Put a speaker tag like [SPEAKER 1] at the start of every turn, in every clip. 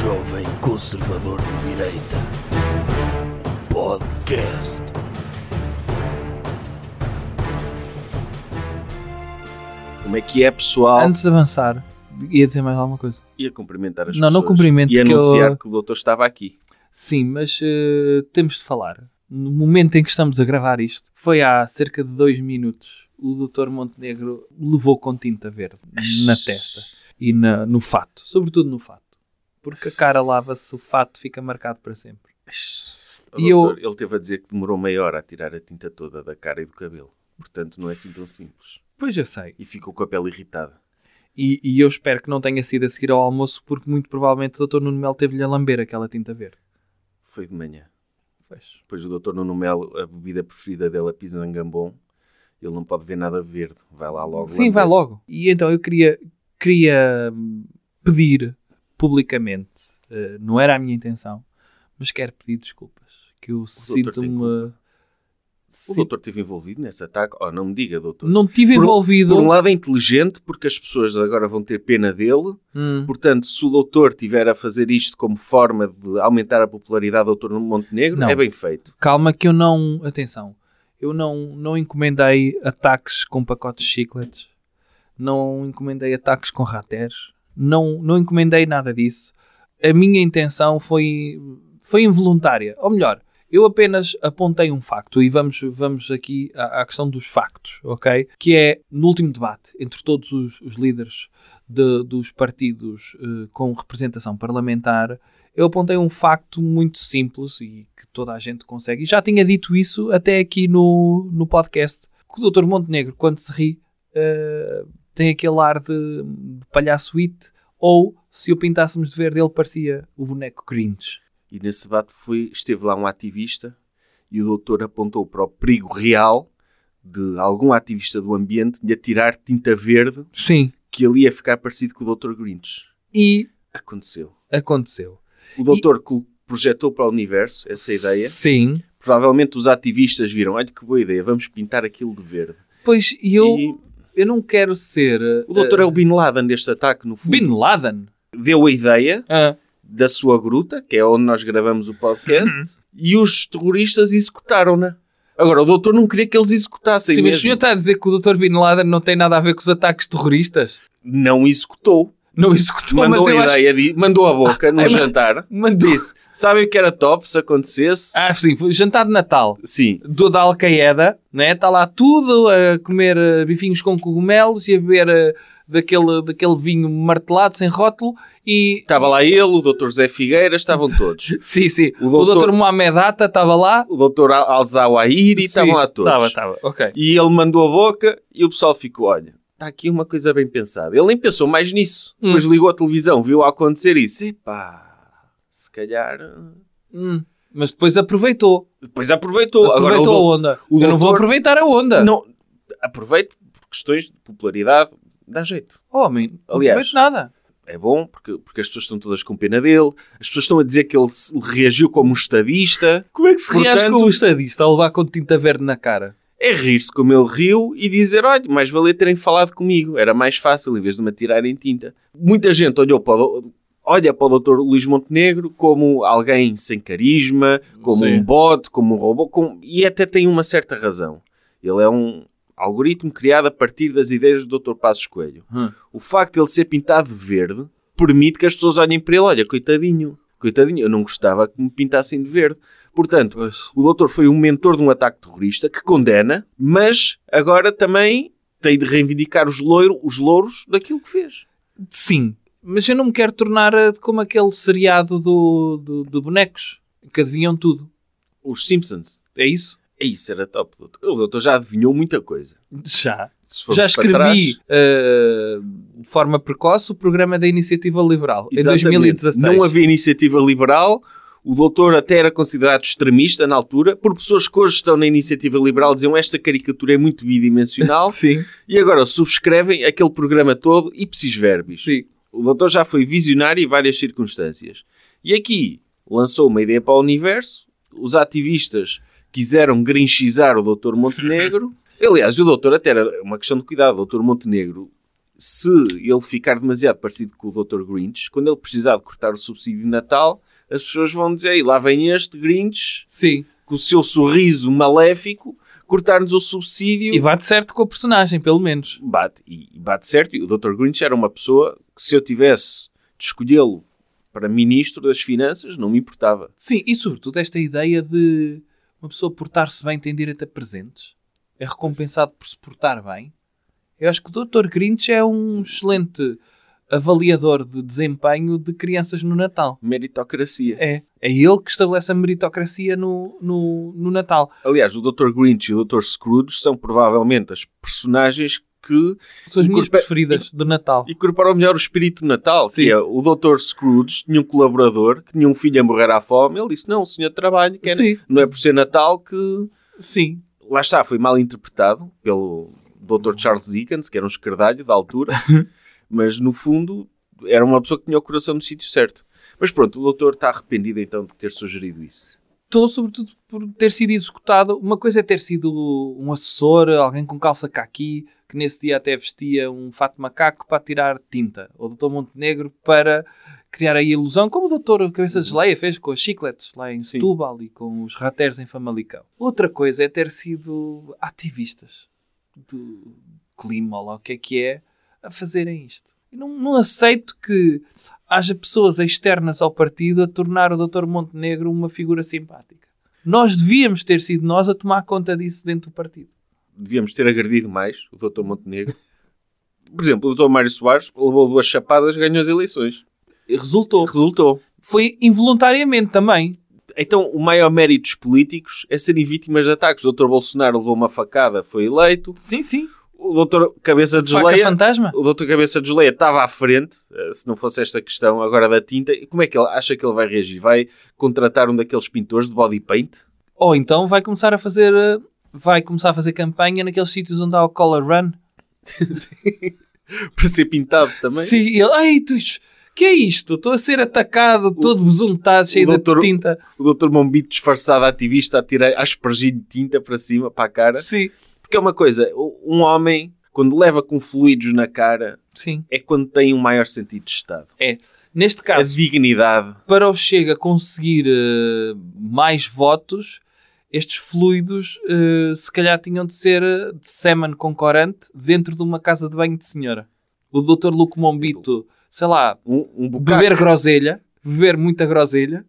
[SPEAKER 1] jovem conservador de direita. Podcast.
[SPEAKER 2] Como é que é, pessoal?
[SPEAKER 3] Antes de avançar, ia dizer mais alguma coisa.
[SPEAKER 2] Ia cumprimentar as
[SPEAKER 3] Não,
[SPEAKER 2] pessoas.
[SPEAKER 3] não cumprimento,
[SPEAKER 2] E
[SPEAKER 3] porque
[SPEAKER 2] anunciar
[SPEAKER 3] eu-
[SPEAKER 2] que o doutor estava aqui.
[SPEAKER 3] Sim, mas eh, temos de falar. No momento em que estamos a gravar isto, foi há cerca de dois minutos, o Dr. Montenegro levou com tinta verde na testa e na- no fato, sobretudo no fato. Porque a cara lava-se, o fato fica marcado para sempre.
[SPEAKER 2] O
[SPEAKER 3] E
[SPEAKER 2] doutor, ele teve a dizer que demorou meia hora a tirar a tinta toda da cara e do cabelo. Portanto, não é assim tão simples.
[SPEAKER 3] Pois eu sei.
[SPEAKER 2] E ficou com a pele irritada.
[SPEAKER 3] E, e eu espero que não tenha sido a seguir ao almoço, porque muito provavelmente o Dr. Nuno Melo teve-lhe a lamber aquela tinta verde.
[SPEAKER 2] Foi de manhã.
[SPEAKER 3] Pois.
[SPEAKER 2] Depois o doutor Nuno Melo, a bebida preferida dele é pisangambon. Ele não pode ver nada verde. Vai lá logo.
[SPEAKER 3] Sim,
[SPEAKER 2] lamber.
[SPEAKER 3] vai logo. E então eu queria, queria hum, pedir publicamente, eh, não era a minha intenção, mas quero pedir desculpas. Que eu
[SPEAKER 2] doutor tem
[SPEAKER 3] sinto-me.
[SPEAKER 2] O
[SPEAKER 3] si-
[SPEAKER 2] doutor esteve envolvido nesse ataque? Oh, não me diga, doutor.
[SPEAKER 3] Não tive
[SPEAKER 2] Por-
[SPEAKER 3] envolvido.
[SPEAKER 2] Por um lado é inteligente, porque as pessoas agora vão ter pena dele.
[SPEAKER 3] Hum,
[SPEAKER 2] Portanto, se o doutor tiver a fazer isto como forma de aumentar a popularidade do doutor no Montenegro,
[SPEAKER 3] Não.
[SPEAKER 2] é bem feito.
[SPEAKER 3] Calma, que eu não. Atenção, eu não, não encomendei ataques com pacotes de chicletes, não encomendei ataques com rateres, não, não encomendei nada disso. A minha intenção foi, foi involuntária. Ou melhor, eu apenas apontei um facto e vamos, vamos aqui à, à questão dos factos, ok? Que é no último debate entre todos os, os líderes de- dos partidos eh, com representação parlamentar, eu apontei um facto muito simples e que toda a gente consegue. E já tinha dito isso até aqui no, no podcast. Que o Dr. Montenegro, quando se ri, eh, tem aquele ar de, de palhaçoite, ou se o pintássemos de verde, ele parecia o boneco Grinch.
[SPEAKER 2] E nesse debate foi, esteve lá um ativista e o doutor apontou para o perigo real de algum ativista do ambiente lhe atirar tinta verde
[SPEAKER 3] Sim.
[SPEAKER 2] que ele ia ficar parecido com o doutor Grinch.
[SPEAKER 3] E
[SPEAKER 2] Aconteceu.
[SPEAKER 3] aconteceu.
[SPEAKER 2] O doutor col- projetou para o universo essa ideia.
[SPEAKER 3] Sim.
[SPEAKER 2] Provavelmente os ativistas viram, olha que boa ideia, vamos pintar aquilo de verde.
[SPEAKER 3] Pois, e eu,
[SPEAKER 2] E
[SPEAKER 3] eu não quero ser... eh,
[SPEAKER 2] o doutor é o Bin Laden deste ataque, no fundo.
[SPEAKER 3] Bin Laden.
[SPEAKER 2] Deu a ideia
[SPEAKER 3] Ah,
[SPEAKER 2] da sua gruta, que é onde nós gravamos o podcast,
[SPEAKER 3] Uhum.
[SPEAKER 2] e os terroristas executaram-na. Agora, o doutor não queria que eles executassem
[SPEAKER 3] sim, mas o
[SPEAKER 2] mesmo.
[SPEAKER 3] senhor está a dizer que o Dr. Bin Laden não tem nada a ver com os ataques terroristas?
[SPEAKER 2] Não executou.
[SPEAKER 3] Não executou,
[SPEAKER 2] mandou
[SPEAKER 3] mas eu
[SPEAKER 2] a
[SPEAKER 3] acho Ah,
[SPEAKER 2] ideia, de- mandou a boca no
[SPEAKER 3] ai, mas-
[SPEAKER 2] jantar.
[SPEAKER 3] Mandou.
[SPEAKER 2] Disse, sabem o que era top se acontecesse?
[SPEAKER 3] Ah, sim, foi o jantar de Natal
[SPEAKER 2] Sim.
[SPEAKER 3] do da Al-Qaeda, né? Está lá tudo a comer eh, bifinhos com cogumelos e a beber eh, daquele, daquele vinho martelado sem rótulo e. tá.
[SPEAKER 2] Estava lá ele, o doutor Zé Figueiras, estavam todos.
[SPEAKER 3] Sim, sim.
[SPEAKER 2] O
[SPEAKER 3] O
[SPEAKER 2] doutor-
[SPEAKER 3] doutor, Mohamed Atta estava lá.
[SPEAKER 2] O doutor Al- Al-Zawahiri, estavam lá todos.
[SPEAKER 3] Estava, estava. Ok.
[SPEAKER 2] E ele mandou a boca e o pessoal ficou, olha, está aqui uma coisa bem pensada. Ele nem pensou mais nisso.
[SPEAKER 3] Hum.
[SPEAKER 2] Depois ligou a televisão, viu acontecer isso. Epá, se calhar...
[SPEAKER 3] Hum, Mas depois aproveitou.
[SPEAKER 2] Depois aproveitou. Agora,
[SPEAKER 3] aproveitou
[SPEAKER 2] o
[SPEAKER 3] a onda.
[SPEAKER 2] o
[SPEAKER 3] Eu não vou
[SPEAKER 2] doutor-
[SPEAKER 3] aproveitar a onda.
[SPEAKER 2] não, aproveito por questões de popularidade. Dá jeito.
[SPEAKER 3] Oh, homem, não
[SPEAKER 2] Aliás.
[SPEAKER 3] aproveito nada.
[SPEAKER 2] É bom porque, porque as pessoas estão todas com pena dele. As pessoas estão a dizer que ele se- reagiu como um estadista.
[SPEAKER 3] Como é que se
[SPEAKER 2] reage
[SPEAKER 3] reage
[SPEAKER 2] com
[SPEAKER 3] com o estadista a levar com tinta verde na cara?
[SPEAKER 2] É rir-se como ele riu e dizer: olha, mais valia terem falado comigo. Era mais fácil em vez de me atirarem tinta. Muita gente olhou para o. do- Olha para o Dr. Luís Montenegro como alguém sem carisma, como
[SPEAKER 3] Sim.
[SPEAKER 2] um bot, como um robô, com- e até tem uma certa razão. Ele é um algoritmo criado a partir das ideias do Dr. Passos Coelho.
[SPEAKER 3] Hum.
[SPEAKER 2] O facto de ele ser pintado de verde permite que as pessoas olhem para ele, olha, coitadinho, coitadinho, eu não gostava que me pintassem de verde. Portanto,
[SPEAKER 3] Pois.
[SPEAKER 2] o doutor foi um mentor de um ataque terrorista que condena, mas agora também tem de reivindicar os, loiro, os louros daquilo que fez.
[SPEAKER 3] Sim, mas eu não me quero tornar eh, como aquele seriado do, do, de bonecos que adivinham tudo.
[SPEAKER 2] Os Simpsons.
[SPEAKER 3] É isso?
[SPEAKER 2] É isso, era top, doutor. O doutor já adivinhou muita coisa.
[SPEAKER 3] Já.
[SPEAKER 2] Se formos
[SPEAKER 3] Já
[SPEAKER 2] para trás-
[SPEAKER 3] escrevi eh, de forma precoce o programa da Iniciativa Liberal
[SPEAKER 2] Exatamente.
[SPEAKER 3] em 2016.
[SPEAKER 2] Não havia iniciativa liberal. O doutor até era considerado extremista na altura, por pessoas que hoje estão na iniciativa liberal diziam esta caricatura é muito bidimensional
[SPEAKER 3] Sim,
[SPEAKER 2] e agora subscrevem aquele programa todo ipsis verbis.
[SPEAKER 3] sim.
[SPEAKER 2] O doutor já foi visionário em várias circunstâncias. E aqui lançou uma ideia para o universo, os ativistas quiseram grinchizar o doutor Montenegro. Aliás, o doutor até era uma questão de cuidado, o doutor Montenegro se ele ficar demasiado parecido com o Dr. Grinch, quando ele precisar de cortar o subsídio de Natal, as pessoas vão dizer, "Ei, lá vem este Grinch,
[SPEAKER 3] Sim.
[SPEAKER 2] com o seu sorriso maléfico, cortar-nos o subsídio.
[SPEAKER 3] E bate certo com a personagem, pelo menos.
[SPEAKER 2] Bate, e bate certo. E o Dr. Grinch era uma pessoa que se eu tivesse de escolhê-lo para ministro das finanças, não me importava.
[SPEAKER 3] Sim, e sobretudo esta ideia de uma pessoa portar-se bem tem direito a presentes. É recompensado por se portar bem. Eu acho que o Dr. Grinch é um excelente avaliador de desempenho de crianças no Natal.
[SPEAKER 2] Meritocracia.
[SPEAKER 3] É. É ele que estabelece a meritocracia no, no, no Natal.
[SPEAKER 2] Aliás, o Dr. Grinch e o Dr. Scrooge são provavelmente as personagens que
[SPEAKER 3] São as minhas
[SPEAKER 2] Incorpora-
[SPEAKER 3] preferidas do Natal.
[SPEAKER 2] incorporaram melhor o espírito de Natal.
[SPEAKER 3] Sim.
[SPEAKER 2] Que é, o Dr. Scrooge tinha um colaborador que tinha um filho a morrer à fome. Ele disse: Não, o senhor trabalha, que é-
[SPEAKER 3] Sim,
[SPEAKER 2] não é por ser Natal que.
[SPEAKER 3] sim.
[SPEAKER 2] Lá está, foi mal interpretado pelo Dr. Charles Dickens, que era um escardalho da altura, mas no fundo era uma pessoa que tinha o coração no sítio certo. Mas pronto, o doutor está arrependido então de ter sugerido isso.
[SPEAKER 3] Estou sobretudo por ter sido executado. Uma coisa é ter sido um assessor, alguém com calça caqui, que nesse dia até vestia um fato de macaco para tirar tinta. Ou o Dr. Montenegro para criar a ilusão, como o Dr. Cabeça de Geleia fez com as chicletes lá em
[SPEAKER 2] Sim.
[SPEAKER 3] Setúbal e com os rateros em Famalicão. Outra coisa é ter sido ativistas do clima, ou lá o que é que é, a fazerem isto. Eu não, não aceito que haja pessoas externas ao partido a tornar o Dr. Montenegro uma figura simpática. Nós devíamos ter sido nós a tomar conta disso dentro do partido.
[SPEAKER 2] Devíamos ter agredido mais o doutor Montenegro. Por exemplo, o doutor Mário Soares levou duas chapadas, ganhou as eleições.
[SPEAKER 3] E resultou.
[SPEAKER 2] Resultou.
[SPEAKER 3] Foi involuntariamente também.
[SPEAKER 2] Então, o maior mérito dos políticos é serem vítimas de ataques. O doutor Bolsonaro levou uma facada, foi eleito.
[SPEAKER 3] Sim, sim.
[SPEAKER 2] O doutor Cabeça de
[SPEAKER 3] Faca
[SPEAKER 2] Geleia...
[SPEAKER 3] fantasma.
[SPEAKER 2] O Dr. Cabeça de Geleia estava à frente, eh, se não fosse esta questão agora da tinta, e como é que ele acha que ele vai reagir? Vai contratar um daqueles pintores de body paint?
[SPEAKER 3] Ou então vai começar a fazer... eh, Vai começar a fazer campanha naqueles sítios onde há o collar run.
[SPEAKER 2] Para ser pintado também?
[SPEAKER 3] Sim, e ele... Ei, tu... Que é isto? Estou a ser atacado, todo besuntado, cheio
[SPEAKER 2] doutor-
[SPEAKER 3] de tinta.
[SPEAKER 2] O Dr. Mombito disfarçado ativista a tirar aspergido de tinta para cima, para a cara.
[SPEAKER 3] Sim.
[SPEAKER 2] Porque é uma coisa, o- um homem, quando leva com fluidos na cara,
[SPEAKER 3] Sim.
[SPEAKER 2] é quando tem um maior sentido de Estado.
[SPEAKER 3] Neste
[SPEAKER 2] A
[SPEAKER 3] caso,
[SPEAKER 2] dignidade.
[SPEAKER 3] para o Chega conseguir eh, mais votos, estes fluidos eh, se calhar tinham de ser eh, de sêmen com corante dentro de uma casa de banho de senhora. O Dr. Luco Mombito, sei lá,
[SPEAKER 2] Um, um bocado.
[SPEAKER 3] beber groselha, beber muita groselha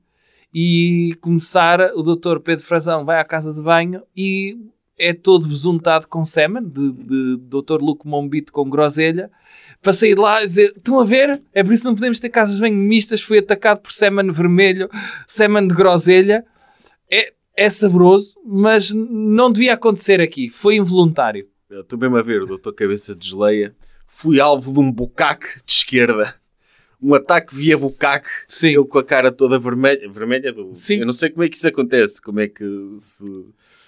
[SPEAKER 3] e começar, o Dr. Pedro Frazão vai à casa de banho e é todo besuntado com sêmen de, de Dr. Luco Mombito com groselha para sair de lá e dizer, estão a ver? É por isso que não podemos ter casas bem mistas, fui atacado por sêmen vermelho, sêmen de groselha. É, é saboroso, mas não devia acontecer aqui. Foi involuntário.
[SPEAKER 2] Eu Estou mesmo a ver o Dr. Cabeça de Geleia. Fui alvo de um bucaque de esquerda. Um ataque via bucaque.
[SPEAKER 3] Sim.
[SPEAKER 2] Ele com a cara toda vermelha. Vermelha do.
[SPEAKER 3] Sim.
[SPEAKER 2] Eu não sei como é que isso acontece. Como é que se.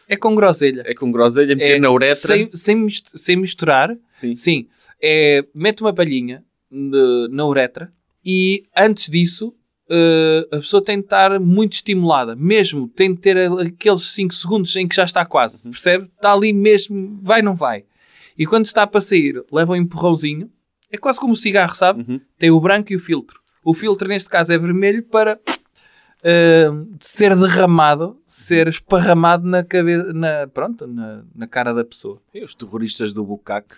[SPEAKER 3] É com groselha.
[SPEAKER 2] É com groselha, meter na uretra.
[SPEAKER 3] Sem, sem, mist- sem misturar,
[SPEAKER 2] Sim.
[SPEAKER 3] Sim, é, mete uma palhinha de- na uretra e antes disso eh, a pessoa tem de estar muito estimulada, mesmo tem de ter a- aqueles 5 segundos em que já está quase, percebe? Está ali mesmo, vai não vai. E quando está para sair, leva um empurrãozinho, é quase como o cigarro, sabe?
[SPEAKER 2] Uhum.
[SPEAKER 3] Tem o branco e o filtro. O filtro neste caso é vermelho para eh, ser derramado, ser esparramado na cabeça, na, pronto, na, na cara da pessoa.
[SPEAKER 2] Sim, Os terroristas do bucaque.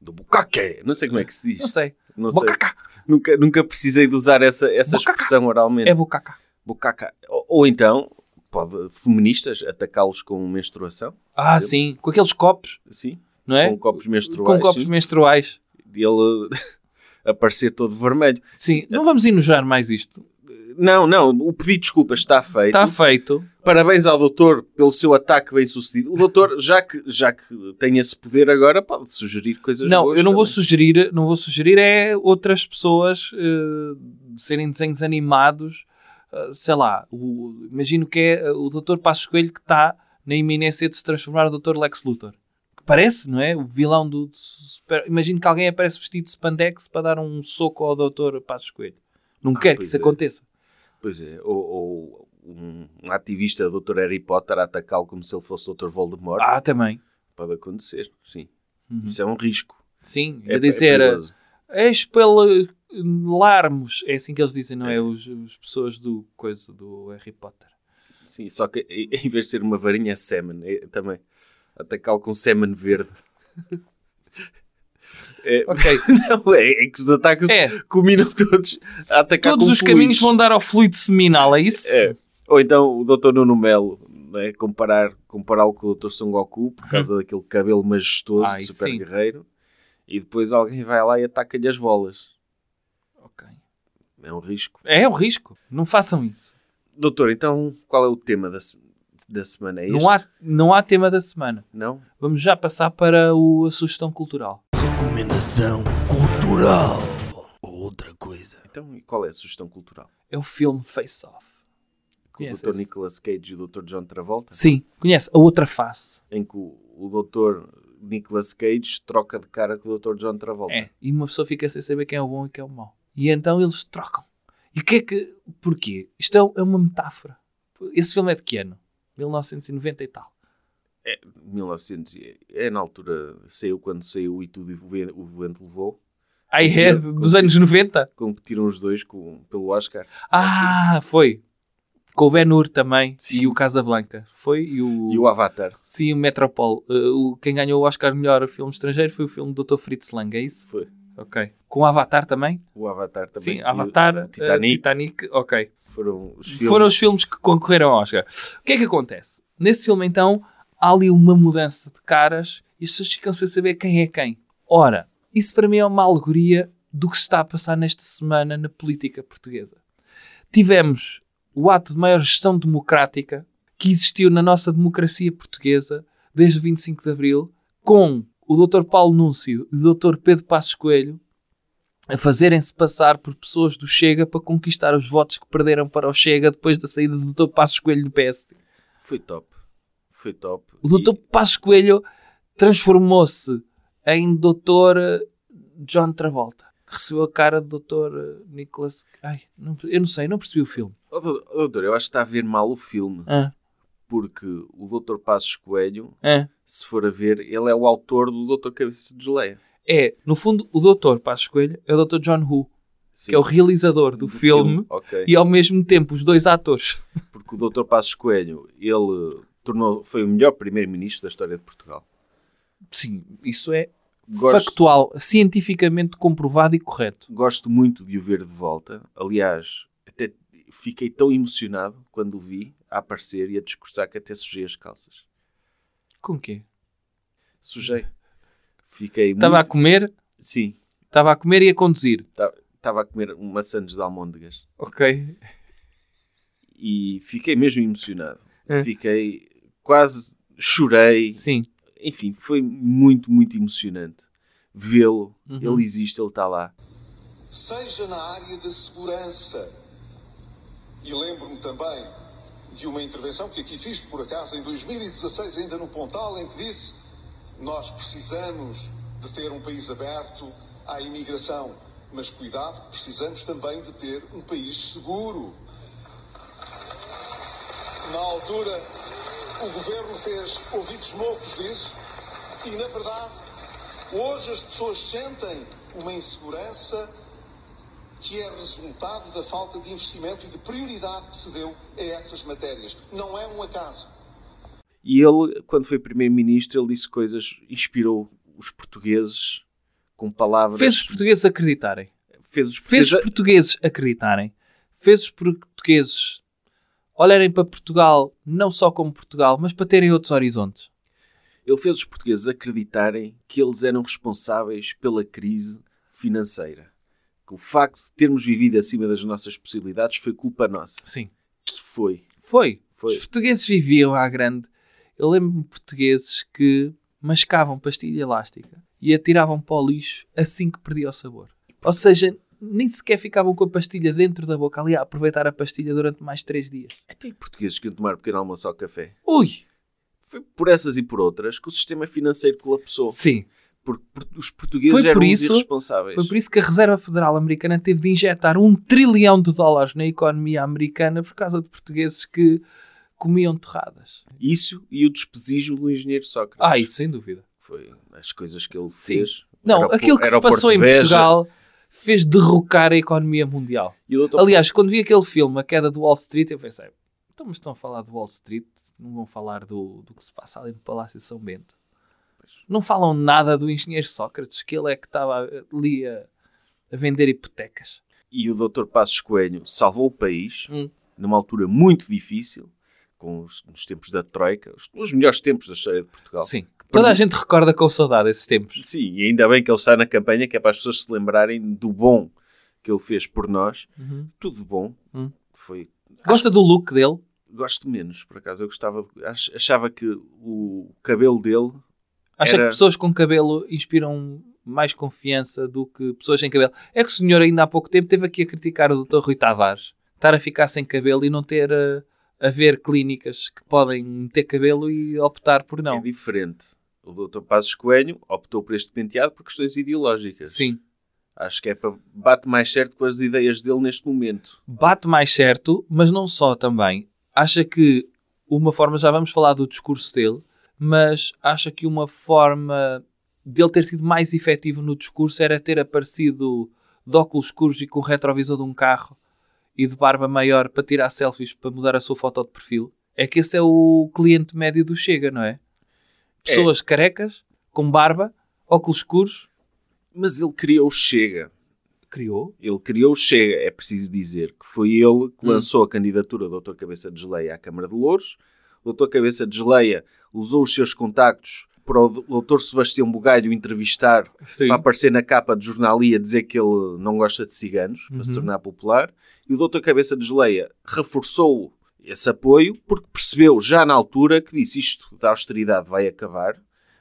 [SPEAKER 2] Do bucaque! Não sei como é que se
[SPEAKER 3] Não
[SPEAKER 2] diz.
[SPEAKER 3] sei.
[SPEAKER 2] Não sei.
[SPEAKER 3] Bocacá.
[SPEAKER 2] Nunca, nunca precisei de usar essa, essa
[SPEAKER 3] Bucaque.
[SPEAKER 2] expressão oralmente.
[SPEAKER 3] É bocacá.
[SPEAKER 2] Bucaca. Ou, ou então, pode feministas atacá-los com menstruação.
[SPEAKER 3] Ah,
[SPEAKER 2] Exemplo.
[SPEAKER 3] sim, com aqueles copos,
[SPEAKER 2] Sim.
[SPEAKER 3] não é?
[SPEAKER 2] Com copos menstruais.
[SPEAKER 3] Com copos
[SPEAKER 2] sim.
[SPEAKER 3] menstruais.
[SPEAKER 2] ele aparecer todo vermelho.
[SPEAKER 3] Sim, não vamos enojar mais isto.
[SPEAKER 2] Não, não, o pedido de desculpas está feito.
[SPEAKER 3] Está feito.
[SPEAKER 2] Parabéns ao doutor pelo seu ataque bem sucedido. O doutor, já que, já que tem esse poder agora, pode sugerir coisas
[SPEAKER 3] Não,
[SPEAKER 2] boas
[SPEAKER 3] eu não vou
[SPEAKER 2] também.
[SPEAKER 3] sugerir, não vou sugerir é outras pessoas eh, serem desenhos animados, eh, sei lá, o- imagino que é eh, o Dr. Passos Coelho que está na iminência de se transformar no Dr. Lex Luthor. Que parece, não é? O vilão do... do super- Imagino que alguém aparece vestido de spandex para dar um soco ao Dr. Passos Coelho. Não quero que
[SPEAKER 2] pois
[SPEAKER 3] isso
[SPEAKER 2] é.
[SPEAKER 3] aconteça.
[SPEAKER 2] Pois é, ou, ou um ativista doutor Harry Potter a atacá-lo como se ele fosse o doutor Voldemort.
[SPEAKER 3] Ah, também.
[SPEAKER 2] Pode acontecer, sim.
[SPEAKER 3] Ah. Uhum.
[SPEAKER 2] Isso é um risco.
[SPEAKER 3] Sim,
[SPEAKER 2] É-
[SPEAKER 3] a
[SPEAKER 2] é
[SPEAKER 3] dizer,
[SPEAKER 2] perigoso.
[SPEAKER 3] é espelarmos, é assim que eles dizem, não é? Os, os pessoas do coisa do Harry Potter.
[SPEAKER 2] Sim, só que em em vez de ser uma varinha, é semen. É, também. Atacá-lo com semen verde. É,
[SPEAKER 3] Ok,
[SPEAKER 2] não, é, é que os ataques
[SPEAKER 3] é,
[SPEAKER 2] culminam todos a atacar
[SPEAKER 3] todos
[SPEAKER 2] com
[SPEAKER 3] os caminhos
[SPEAKER 2] fluidos.
[SPEAKER 3] vão dar ao fluido seminal, é isso?
[SPEAKER 2] É. Ou então o Dr. Nuno Melo, né, comparar, compará-lo com o Dr. Son Goku por causa daquele cabelo majestoso
[SPEAKER 3] Ah,
[SPEAKER 2] de
[SPEAKER 3] isso
[SPEAKER 2] super
[SPEAKER 3] Uhum. sim.
[SPEAKER 2] guerreiro. E depois alguém vai lá e ataca-lhe as bolas.
[SPEAKER 3] Ok.
[SPEAKER 2] É um risco.
[SPEAKER 3] É um risco, não façam isso.
[SPEAKER 2] Doutor, então qual é o tema da, se- da semana? É
[SPEAKER 3] Não
[SPEAKER 2] este?
[SPEAKER 3] há, não há tema da semana.
[SPEAKER 2] Não?
[SPEAKER 3] Vamos já passar para o, a sugestão cultural.
[SPEAKER 1] Recomendação cultural. Ou outra coisa.
[SPEAKER 2] Então, e qual é a sugestão cultural?
[SPEAKER 3] É o filme Face Off.
[SPEAKER 2] Com o
[SPEAKER 3] Conheces?
[SPEAKER 2] Dr. Nicolas Cage e o Dr. John Travolta,
[SPEAKER 3] Sim, conhece? A outra face.
[SPEAKER 2] em que o, o Dr. Nicolas Cage troca de cara com o Dr. John Travolta.
[SPEAKER 3] É, e uma pessoa fica sem saber quem é o bom e quem é o mau. E então eles trocam. E o que é que. Porquê? Isto é- é uma metáfora. Esse filme é de que ano? 1990 e tal.
[SPEAKER 2] 1900 e- é na altura, saiu quando saiu e tudo e o Ven- o vento levou.
[SPEAKER 3] I
[SPEAKER 2] Com que-
[SPEAKER 3] Head
[SPEAKER 2] com
[SPEAKER 3] Ah, é? dos
[SPEAKER 2] que-
[SPEAKER 3] anos 90?
[SPEAKER 2] competiram os dois com, pelo Oscar.
[SPEAKER 3] Ah, foi. Com o Ben Hur também e o Casablanca. Foi e o.
[SPEAKER 2] E o Avatar
[SPEAKER 3] Sim, o Metropole. Uh, o, quem ganhou o Oscar melhor a filme estrangeiro foi o filme Dr. Fritz Lang, é isso?
[SPEAKER 2] foi.
[SPEAKER 3] Ok. Com o Avatar também?
[SPEAKER 2] O Avatar também.
[SPEAKER 3] Sim,
[SPEAKER 2] E
[SPEAKER 3] Avatar,
[SPEAKER 2] o
[SPEAKER 3] uh,
[SPEAKER 2] Titanic.
[SPEAKER 3] Titanic ok.
[SPEAKER 2] Foram os filmes.
[SPEAKER 3] foram os filmes que concorreram ao Oscar. O que é que acontece? Nesse filme, então, há ali uma mudança de caras e as pessoas ficam sem saber quem é quem. Ora, isso para mim é uma alegoria do que se está a passar nesta semana na política portuguesa. Tivemos o ato de maior gestão democrática que existiu na nossa democracia portuguesa desde o 25 de Abril, com o Dr. Paulo Núncio e o Dr. Pedro Passos Coelho a fazerem-se passar por pessoas do Chega para conquistar os votos que perderam para o Chega depois da saída do Dr. Passos Coelho do PSD.
[SPEAKER 2] Foi top. Foi top.
[SPEAKER 3] O Dr. Passos Coelho transformou-se em Dr. John Travolta, que recebeu a cara do Dr. Nicholas. Ai, não- eu não sei, não percebi o filme.
[SPEAKER 2] E- Ó, doutor, ó, oh, doutor, eu acho que está a ver mal o filme.
[SPEAKER 3] Ah,
[SPEAKER 2] Porque o Dr. Passos Coelho,
[SPEAKER 3] ah.
[SPEAKER 2] se for a ver, ele é o autor do Dr. Cabeça de Geleia.
[SPEAKER 3] É, no fundo, o Dr. Passos Coelho é o Dr. John Woo,
[SPEAKER 2] Sim.
[SPEAKER 3] que é o realizador do, filme,
[SPEAKER 2] Ok.
[SPEAKER 3] e ao mesmo tempo os dois atores.
[SPEAKER 2] Porque o Dr. Passos Coelho, ele tornou, foi o melhor primeiro-ministro da história de Portugal.
[SPEAKER 3] Sim, isso é
[SPEAKER 2] Gosto.
[SPEAKER 3] factual, cientificamente comprovado e correto.
[SPEAKER 2] Gosto muito de o ver de volta. Aliás, até fiquei tão emocionado quando o vi a aparecer e a discursar que até sujei as calças.
[SPEAKER 3] Com quê?
[SPEAKER 2] Sujei. Fiquei
[SPEAKER 3] Estava a
[SPEAKER 2] muito...
[SPEAKER 3] comer,
[SPEAKER 2] Sim.
[SPEAKER 3] estava a comer e a conduzir.
[SPEAKER 2] Estava a comer maçãs de almôndegas.
[SPEAKER 3] Ok.
[SPEAKER 2] E fiquei mesmo emocionado.
[SPEAKER 3] É.
[SPEAKER 2] Fiquei... Quase chorei.
[SPEAKER 3] Sim.
[SPEAKER 2] Enfim, foi muito, muito emocionante. Vê-lo.
[SPEAKER 3] Uhum.
[SPEAKER 2] Ele existe, ele está lá.
[SPEAKER 4] seja na área da segurança. E lembro-me também de uma intervenção que aqui fiz, por acaso, em 2016, ainda no Pontal, em que disse: Nós precisamos de ter um país aberto à imigração, mas cuidado, precisamos também de ter um país seguro. Na altura, o governo fez ouvidos moucos disso e, na verdade, hoje as pessoas sentem uma insegurança que é resultado da falta de investimento e de prioridade que se deu a essas matérias. Não é um acaso.
[SPEAKER 2] E ele, quando foi primeiro-ministro, ele disse coisas, inspirou os portugueses com palavras.
[SPEAKER 3] Fez os portugueses acreditarem.
[SPEAKER 2] fez os
[SPEAKER 3] Fez
[SPEAKER 2] portugueses-
[SPEAKER 3] os portugueses acreditarem. Fez os portugueses olharem para Portugal não só como Portugal, mas para terem outros horizontes.
[SPEAKER 2] Ele fez os portugueses acreditarem que eles eram responsáveis pela crise financeira. Que o facto de termos vivido acima das nossas possibilidades foi culpa nossa.
[SPEAKER 3] Sim.
[SPEAKER 2] Que foi.
[SPEAKER 3] Foi.
[SPEAKER 2] Foi.
[SPEAKER 3] Os portugueses viviam à grande. Eu lembro-me de portugueses que mascavam pastilha elástica e atiravam para o lixo assim que perdia o sabor. Ou seja, nem sequer ficavam com a pastilha dentro da boca ali a aproveitar a pastilha durante mais três dias.
[SPEAKER 2] Até aí Então, portugueses que iam tomar um pequeno almoço ao café.
[SPEAKER 3] Ui!
[SPEAKER 2] Foi por essas e por outras que o sistema financeiro colapsou.
[SPEAKER 3] Sim.
[SPEAKER 2] Porque por- os portugueses
[SPEAKER 3] Foi
[SPEAKER 2] eram
[SPEAKER 3] por
[SPEAKER 2] os
[SPEAKER 3] isso-
[SPEAKER 2] irresponsáveis.
[SPEAKER 3] Foi por isso que a Reserva Federal Americana teve de injetar um trilhão de dólares na economia americana por causa de portugueses que comiam torradas.
[SPEAKER 2] Isso e o despesismo do engenheiro Sócrates.
[SPEAKER 3] Ah, isso sem dúvida.
[SPEAKER 2] Foi as coisas que ele
[SPEAKER 3] Sim.
[SPEAKER 2] fez.
[SPEAKER 3] Não,
[SPEAKER 2] Era o-
[SPEAKER 3] aquilo que
[SPEAKER 2] era
[SPEAKER 3] se
[SPEAKER 2] o
[SPEAKER 3] passou em
[SPEAKER 2] Porto Veja.
[SPEAKER 3] Portugal fez derrocar a economia mundial.
[SPEAKER 2] E o Dr.
[SPEAKER 3] Aliás, quando vi aquele filme, A Queda do Wall Street, eu pensei, então mas estão a falar do Wall Street, não vão falar do, do que se passa ali no Palácio de São Bento. Não falam nada do engenheiro Sócrates, que ele é que estava ali a, a vender hipotecas.
[SPEAKER 2] e o Dr. Passos Coelho salvou o país
[SPEAKER 3] Hum.
[SPEAKER 2] numa altura muito difícil, com os, nos tempos da Troika, os, os melhores tempos da história de Portugal.
[SPEAKER 3] Sim. Toda a gente recorda com saudade esses tempos.
[SPEAKER 2] Sim, e ainda bem que ele está na campanha, que é para as pessoas se lembrarem do bom que ele fez por nós. Tudo de bom.
[SPEAKER 3] Hum.
[SPEAKER 2] Foi.
[SPEAKER 3] Gosta do look dele?
[SPEAKER 2] Gosto menos, por acaso. Eu gostava. de- ach- Achava que o cabelo dele.
[SPEAKER 3] Acha
[SPEAKER 2] Era-
[SPEAKER 3] que pessoas com cabelo inspiram mais confiança do que pessoas sem cabelo? É que o senhor ainda há pouco tempo teve aqui a criticar o Dr. Rui Tavares. Estar a ficar sem cabelo e não ter uh, a, ver clínicas que podem ter cabelo e optar por
[SPEAKER 2] É
[SPEAKER 3] não.
[SPEAKER 2] diferente. O Dr. Passos Coelho optou por este penteado por questões ideológicas.
[SPEAKER 3] Sim.
[SPEAKER 2] Acho que é para bate mais certo com as ideias dele neste momento.
[SPEAKER 3] Bate mais certo, mas não só também. Acha que uma forma, já vamos falar do discurso dele, mas acha que uma forma dele ter sido mais efetivo no discurso era ter aparecido de óculos escuros e com o retrovisor de um carro e de barba maior para tirar selfies para mudar a sua foto de perfil. É que esse é o cliente médio do Chega, não é? Pessoas carecas, com barba, óculos escuros,
[SPEAKER 2] Mas ele criou o Chega.
[SPEAKER 3] criou.
[SPEAKER 2] Ele criou o Chega, é preciso dizer que foi ele que lançou a candidatura do Dr. Cabeça de Geleia à Câmara de Louros. O Dr. Cabeça de Geleia usou os seus contactos para o Dr. Sebastião Bugalho entrevistar para aparecer na capa de jornal e a dizer que ele não gosta de ciganos, para se
[SPEAKER 3] Uhum.
[SPEAKER 2] tornar popular. E o Dr. Cabeça de Geleia reforçou esse apoio porque percebeu já na altura que disse isto da austeridade vai acabar,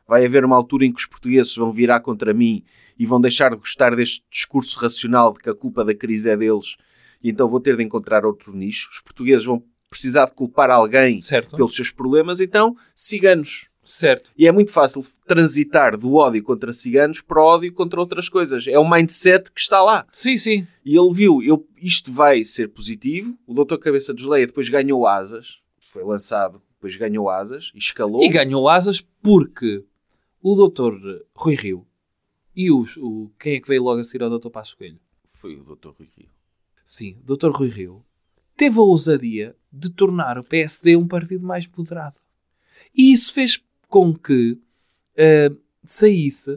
[SPEAKER 2] vai haver uma altura em que os portugueses vão virar contra mim e vão deixar de gostar deste discurso racional de que a culpa da crise é deles e então vou ter de encontrar outro nicho. Os portugueses vão precisar de culpar alguém
[SPEAKER 3] Certo.
[SPEAKER 2] pelos seus problemas, então ciganos.
[SPEAKER 3] Certo.
[SPEAKER 2] E é muito fácil transitar do ódio contra ciganos para o ódio contra outras coisas. É um mindset que está lá.
[SPEAKER 3] Sim, sim.
[SPEAKER 2] E ele viu, eu, isto vai ser positivo. O Doutor Cabeça de Geleia depois ganhou asas. Foi lançado, depois ganhou asas, e escalou.
[SPEAKER 3] E ganhou asas porque o doutor Rui Rio e os, o, quem é que veio logo a seguir ao doutor Passos Coelho?
[SPEAKER 2] Foi o Doutor Rui Rio.
[SPEAKER 3] Sim, o doutor Rui Rio teve a ousadia de tornar o PSD um partido mais moderado. E isso fez com que ah, saísse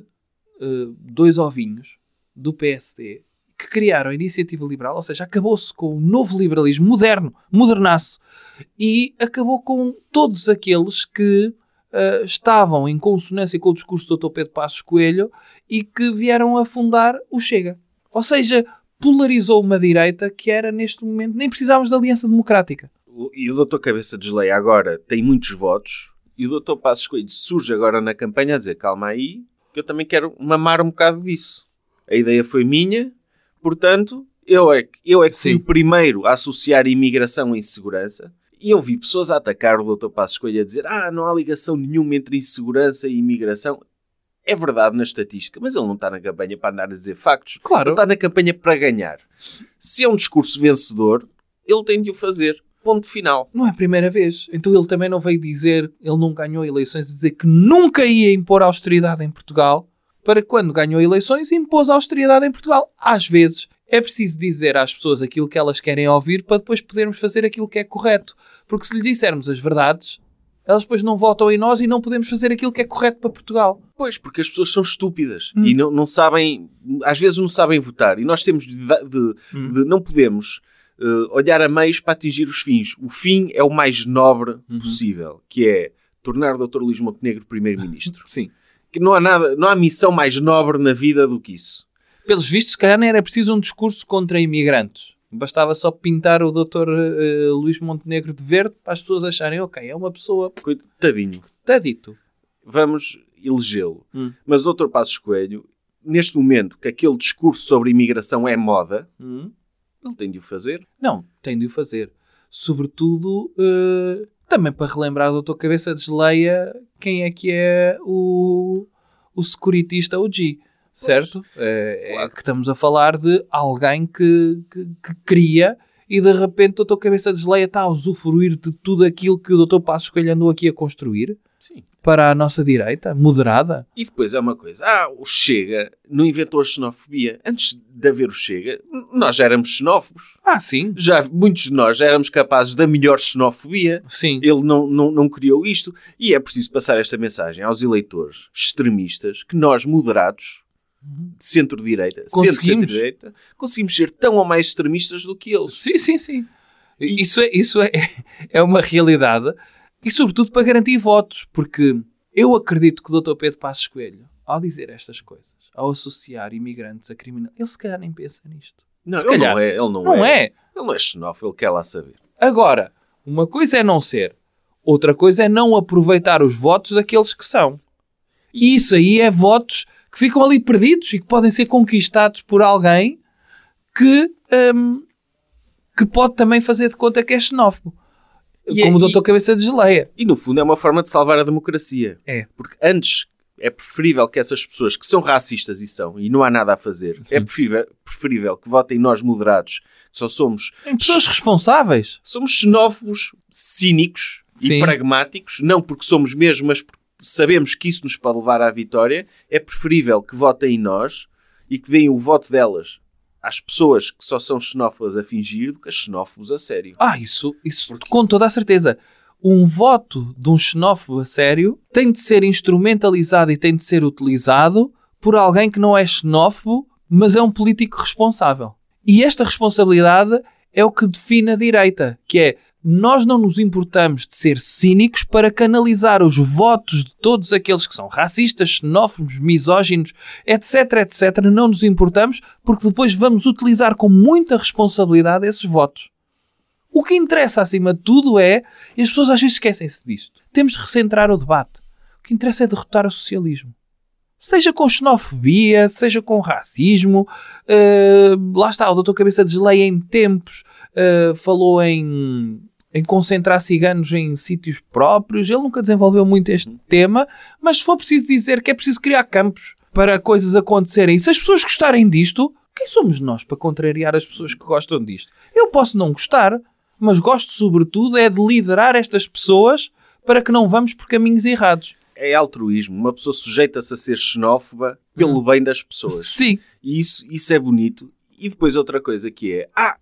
[SPEAKER 3] ah, dois ovinhos do PSD que criaram a iniciativa liberal, ou seja, acabou-se com o novo liberalismo moderno, modernaço, e acabou com todos aqueles que ah, estavam em consonância com o discurso do Dr. Pedro Passos Coelho e que vieram a fundar o Chega. Ou seja, polarizou uma direita que era, neste momento, nem precisávamos da Aliança Democrática.
[SPEAKER 2] O- E o Doutor Cabeça de Geleia agora tem muitos votos. E o Doutor Passos Coelho surge agora na campanha a dizer: calma aí, que eu também quero mamar um bocado disso. A ideia foi minha, portanto, eu é que, eu é que fui
[SPEAKER 3] Sim.
[SPEAKER 2] o primeiro a associar imigração à insegurança. E eu vi pessoas a atacar o Doutor Passos Coelho a dizer: ah, não há ligação nenhuma entre insegurança e imigração. É verdade na estatística, mas ele não está na campanha para andar a dizer factos. Ele
[SPEAKER 3] Claro.
[SPEAKER 2] está na campanha para ganhar. Se é um discurso vencedor, ele tem de o fazer. Ponto final.
[SPEAKER 3] Não é a primeira vez. Então ele também não veio dizer, ele não ganhou eleições, dizer que nunca ia impor austeridade em Portugal, para quando ganhou eleições impôs austeridade em Portugal. Às vezes é preciso dizer às pessoas aquilo que elas querem ouvir para depois podermos fazer aquilo que é correto. Porque se lhe dissermos as verdades, elas depois não votam em nós e não podemos fazer aquilo que é correto para Portugal.
[SPEAKER 2] Pois, porque as pessoas são estúpidas
[SPEAKER 3] Hum.
[SPEAKER 2] e não, não sabem, às vezes não sabem votar. E nós temos de, da- de-
[SPEAKER 3] Hum.
[SPEAKER 2] de- não podemos eh, olhar a meios para atingir os fins. O fim é o mais nobre
[SPEAKER 3] Uhum.
[SPEAKER 2] possível, que é tornar o Dr. Luís Montenegro primeiro-ministro.
[SPEAKER 3] Sim.
[SPEAKER 2] que não há nada, não há missão mais nobre na vida do que isso.
[SPEAKER 3] Pelos vistos, se calhar nem era preciso um discurso contra imigrantes. Bastava só pintar o Dr. eh, Luís Montenegro de verde para as pessoas acharem, ok, é uma pessoa.
[SPEAKER 2] Coitadinho.
[SPEAKER 3] Está dito.
[SPEAKER 2] vamos elegê-lo.
[SPEAKER 3] Hum.
[SPEAKER 2] Mas o Dr. Passos Coelho, neste momento que aquele discurso sobre imigração é moda, ele tem de o fazer.
[SPEAKER 3] Não, tem de o fazer. Sobretudo, eh, também para relembrar o Dr. Cabeça desleia quem é que é o, o securitista, o G. Certo? Eh, é
[SPEAKER 2] Claro.
[SPEAKER 3] que estamos a falar de alguém que, que, que cria e de repente o Dr. Cabeça desleia está a usufruir de tudo aquilo que o Dr. Passos Coelho andou aqui a construir.
[SPEAKER 2] Sim.
[SPEAKER 3] para a nossa direita, moderada.
[SPEAKER 2] E depois há uma coisa. Ah, o Chega não inventou a xenofobia. Antes de haver o Chega, n- nós já éramos xenófobos.
[SPEAKER 3] Ah, sim.
[SPEAKER 2] Já, muitos de nós já éramos capazes da melhor xenofobia.
[SPEAKER 3] Sim.
[SPEAKER 2] Ele não, não, não criou isto. E é preciso passar esta mensagem aos eleitores extremistas que nós, moderados, de centro-direita,
[SPEAKER 3] Conseguimos.
[SPEAKER 2] centro-centro-direita, Uhum. conseguimos ser tão ou mais extremistas do que eles.
[SPEAKER 3] Sim, sim, sim. Isso, é, isso é, é uma realidade e, sobretudo, para garantir votos, porque eu acredito que o Dr. Pedro Passos Coelho, ao dizer estas coisas, ao associar imigrantes a criminal, ele se calhar nem pensa nisto.
[SPEAKER 2] Não,
[SPEAKER 3] Se
[SPEAKER 2] ele
[SPEAKER 3] calhar.
[SPEAKER 2] não é. Ele não,
[SPEAKER 3] Não,
[SPEAKER 2] é.
[SPEAKER 3] é.
[SPEAKER 2] Ele não é xenófobo, ele quer lá saber.
[SPEAKER 3] Agora, uma coisa é não ser, outra coisa é não aproveitar os votos daqueles que são. E isso aí é votos que ficam ali perdidos e que podem ser conquistados por alguém que, hum, que pode também fazer de conta que é xenófobo.
[SPEAKER 2] E- é-
[SPEAKER 3] como o
[SPEAKER 2] e-
[SPEAKER 3] doutor Cabeça de Geleia.
[SPEAKER 2] E no fundo é uma forma de salvar a democracia.
[SPEAKER 3] É.
[SPEAKER 2] Porque antes é preferível que essas pessoas que são racistas e são, e não há nada a fazer, é preferível, preferível que votem nós moderados, que só somos
[SPEAKER 3] Pessoas responsáveis.
[SPEAKER 2] Somos xenófobos, cínicos
[SPEAKER 3] Sim.
[SPEAKER 2] e pragmáticos, não porque somos mesmo, mas porque sabemos que isso nos pode levar à vitória. É preferível que votem em nós e que deem o voto delas às pessoas que só são xenófobas a fingir do que a xenófobos a sério.
[SPEAKER 3] Ah, isso, isso com toda a certeza. Um voto de um xenófobo a sério tem de ser instrumentalizado e tem de ser utilizado por alguém que não é xenófobo, mas é um político responsável. E esta responsabilidade é o que define a direita, que é nós não nos importamos de ser cínicos para canalizar os votos de todos aqueles que são racistas, xenófobos, misóginos, etc, etc. Não nos importamos porque depois vamos utilizar com muita responsabilidade esses votos. O que interessa acima de tudo é, e as pessoas às vezes esquecem-se disto, temos de recentrar o debate. O que interessa é derrotar o socialismo. Seja com xenofobia, seja com racismo, eh, lá está, o doutor Cabeça de Geleia em tempos eh, falou em, em concentrar ciganos em sítios próprios, ele nunca desenvolveu muito este tema, mas se for preciso dizer que é preciso criar campos para coisas acontecerem, e se as pessoas gostarem disto, quem somos nós para contrariar as pessoas que gostam disto? Eu posso não gostar, mas gosto sobretudo é de liderar estas pessoas para que não vamos por caminhos errados.
[SPEAKER 2] É altruísmo. Uma pessoa sujeita-se a ser xenófoba pelo
[SPEAKER 3] Hum.
[SPEAKER 2] bem das pessoas.
[SPEAKER 3] Sim,
[SPEAKER 2] E isso, isso é bonito. E depois outra coisa que é, ah,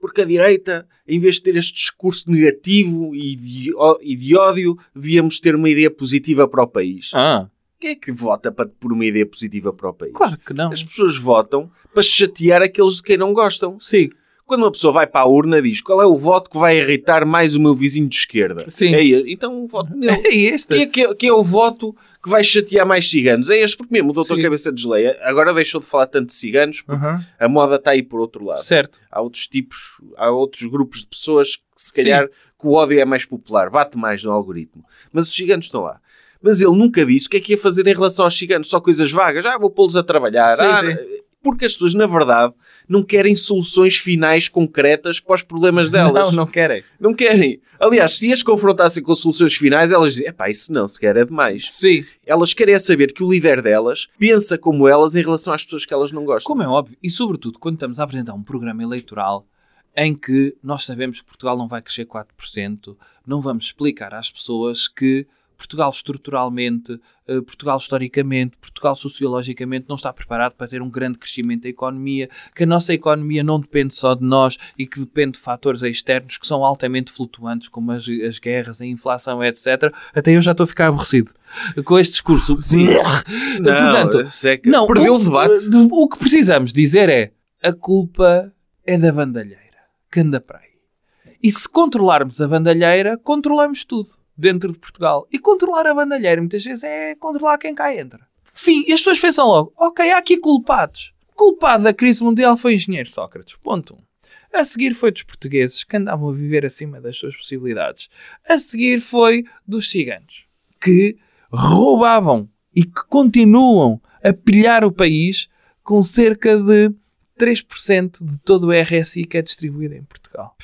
[SPEAKER 2] porque a direita, em vez de ter este discurso negativo e de, ó- e de ódio, devíamos ter uma ideia positiva para o país.
[SPEAKER 3] Ah.
[SPEAKER 2] Quem é que vota para, por uma ideia positiva para o país?
[SPEAKER 3] claro que não.
[SPEAKER 2] As pessoas votam para chatear aqueles de quem não gostam.
[SPEAKER 3] Sim,
[SPEAKER 2] Quando uma pessoa vai para a urna, diz qual é o voto que vai irritar mais o meu vizinho de esquerda?
[SPEAKER 3] Sim.
[SPEAKER 2] É ele. Então voto nele.
[SPEAKER 3] é este.
[SPEAKER 2] Quem é, que é, quem é o voto que vai chatear mais ciganos? É este, porque mesmo o doutor
[SPEAKER 3] Sim.
[SPEAKER 2] Cabeça de Geleia agora deixou de falar tanto de ciganos porque
[SPEAKER 3] Uhum.
[SPEAKER 2] a moda está aí por outro lado.
[SPEAKER 3] Certo.
[SPEAKER 2] Há outros tipos, há outros grupos de pessoas que se
[SPEAKER 3] Sim.
[SPEAKER 2] calhar que o ódio é mais popular, bate mais no algoritmo. Mas os ciganos estão lá. Mas ele nunca disse o que é que ia fazer em relação aos ciganos, só coisas vagas. Ah, vou pô-los a trabalhar.
[SPEAKER 3] Sim,
[SPEAKER 2] ah,
[SPEAKER 3] sim.
[SPEAKER 2] Porque as pessoas, na verdade, não querem soluções finais concretas para os problemas delas.
[SPEAKER 3] Não, não querem.
[SPEAKER 2] Não querem. Aliás, se as confrontassem com soluções finais, elas dizem, epá, isso não, sequer é demais.
[SPEAKER 3] Sim.
[SPEAKER 2] Elas querem é saber que o líder delas pensa como elas em relação às pessoas que elas não gostam.
[SPEAKER 3] Como é óbvio, e sobretudo quando estamos a apresentar um programa eleitoral em que nós sabemos que Portugal não vai crescer 4%, não vamos explicar às pessoas que Portugal estruturalmente, eh, Portugal historicamente, Portugal sociologicamente não está preparado para ter um grande crescimento da economia, que a nossa economia não depende só de nós e que depende de fatores externos que são altamente flutuantes, como as, as guerras, a inflação, etc. Até eu já estou a ficar aborrecido com este discurso.
[SPEAKER 2] Não,
[SPEAKER 3] Portanto,
[SPEAKER 2] seca.
[SPEAKER 3] não,
[SPEAKER 2] perdeu o debate.
[SPEAKER 3] de- O que precisamos dizer é a culpa é da bandalheira que anda para aí. E se controlarmos a bandalheira, controlamos tudo dentro de Portugal. E controlar a bandalheira muitas vezes é controlar quem cá entra. Fim, e as pessoas pensam logo: ok, há aqui culpados. O culpado da crise mundial foi o engenheiro Sócrates. Ponto 1. Um. A seguir foi dos portugueses que andavam a viver acima das suas possibilidades. A seguir foi dos ciganos que roubavam e que continuam a pilhar o país com cerca de 3% de todo o RSI que é distribuído em Portugal.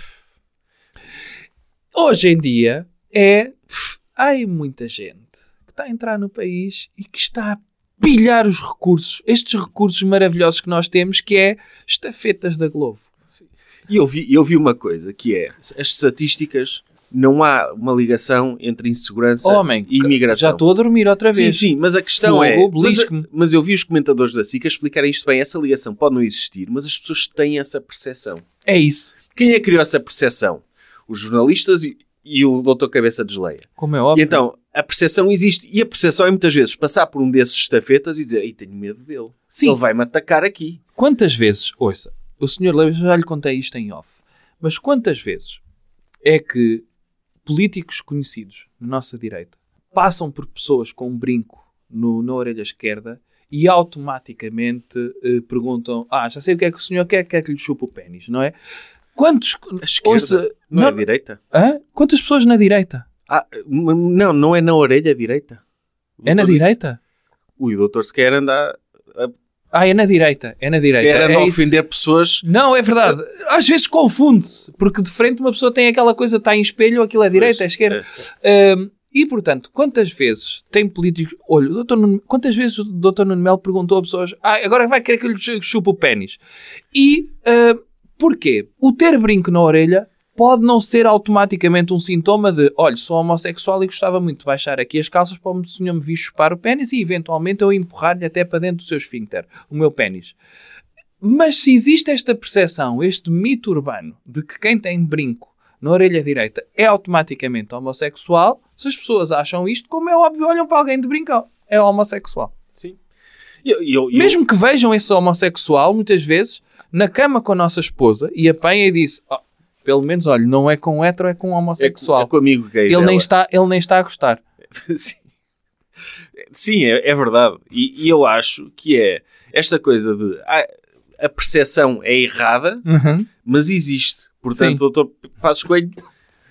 [SPEAKER 3] Hoje em dia é. Há muita gente que está a entrar no país e que está a pilhar os recursos, estes recursos maravilhosos que nós temos, que é estafetas da Globo.
[SPEAKER 2] E eu vi, eu vi uma coisa que é as estatísticas não há uma ligação entre insegurança
[SPEAKER 3] Oh, Homem,
[SPEAKER 2] e imigração.
[SPEAKER 3] já estou a dormir outra
[SPEAKER 2] Sim,
[SPEAKER 3] vez.
[SPEAKER 2] sim, mas a questão
[SPEAKER 3] Fogo,
[SPEAKER 2] é. Mas, a-
[SPEAKER 3] belisco-me.
[SPEAKER 2] mas eu vi os comentadores da SICA explicarem isto bem. Essa ligação pode não existir, mas as pessoas têm essa percepção.
[SPEAKER 3] É isso.
[SPEAKER 2] Quem é que criou essa percepção? Os jornalistas e, e o Dr. Cabeça desleia.
[SPEAKER 3] Como é
[SPEAKER 2] E
[SPEAKER 3] óbvio.
[SPEAKER 2] então, a percepção existe. E a percepção é muitas vezes passar por um desses estafetas e dizer: Ei, tenho medo dele.
[SPEAKER 3] Sim.
[SPEAKER 2] Ele vai me atacar aqui.
[SPEAKER 3] Quantas vezes, ouça, o senhor Leves já lhe contei isto em off, mas quantas vezes é que políticos conhecidos na nossa direita passam por pessoas com um brinco no- na orelha esquerda e automaticamente eh, perguntam: Ah, já sei o que é que o senhor quer, quer que lhe chupe o pênis, não é? Quantos.
[SPEAKER 2] A esquerda.
[SPEAKER 3] ouça,
[SPEAKER 2] não, é
[SPEAKER 3] não-
[SPEAKER 2] a direita?
[SPEAKER 3] hã? Quantas pessoas na direita?
[SPEAKER 2] Ah, m- não, não é na orelha direita. O
[SPEAKER 3] É na
[SPEAKER 2] doutor disse-
[SPEAKER 3] direita?
[SPEAKER 2] Ui, o doutor sequer anda,
[SPEAKER 3] Ah, é na direita, é na direita.
[SPEAKER 2] sequer anda
[SPEAKER 3] é
[SPEAKER 2] a
[SPEAKER 3] isso.
[SPEAKER 2] ofender pessoas.
[SPEAKER 3] Não, é verdade. Às vezes confunde-se, porque de frente uma pessoa tem aquela coisa, está em espelho, aquilo é direita, é
[SPEAKER 2] eh,
[SPEAKER 3] esquerda. Ahm, e, portanto, quantas vezes tem políticos... Olha, o Dr. Nuno- quantas vezes o Dr. Nuno Melo perguntou a pessoas ah, agora vai querer que eu lhe chu- chupe o pênis? E ahm, porquê? O ter brinco na orelha pode não ser automaticamente um sintoma de olha, sou homossexual e gostava muito de baixar aqui as calças para o senhor me vir chupar o pênis e, eventualmente, eu empurrar-lhe até para dentro do seu esfíncter, o meu pênis. Mas se existe esta percepção, este mito urbano de que quem tem brinco na orelha direita é automaticamente homossexual, se as pessoas acham isto, como é óbvio, olham para alguém de brincão, é homossexual.
[SPEAKER 2] Sim. E eu- e eu- e eu-
[SPEAKER 3] Mesmo que vejam esse homossexual, muitas vezes, na cama com a nossa esposa e apanha e diz: "Oh, pelo menos, olha, não é com hétero, é com
[SPEAKER 2] é, com-
[SPEAKER 3] homossexual.
[SPEAKER 2] é com o amigo gay.
[SPEAKER 3] ele,
[SPEAKER 2] dela.
[SPEAKER 3] nem está, ele nem está a gostar.
[SPEAKER 2] Sim, Sim, é, é verdade. E, e eu acho que é esta coisa de ah, a percepção é errada, mas existe. Portanto,
[SPEAKER 3] Sim.
[SPEAKER 2] o doutor Passos Coelho,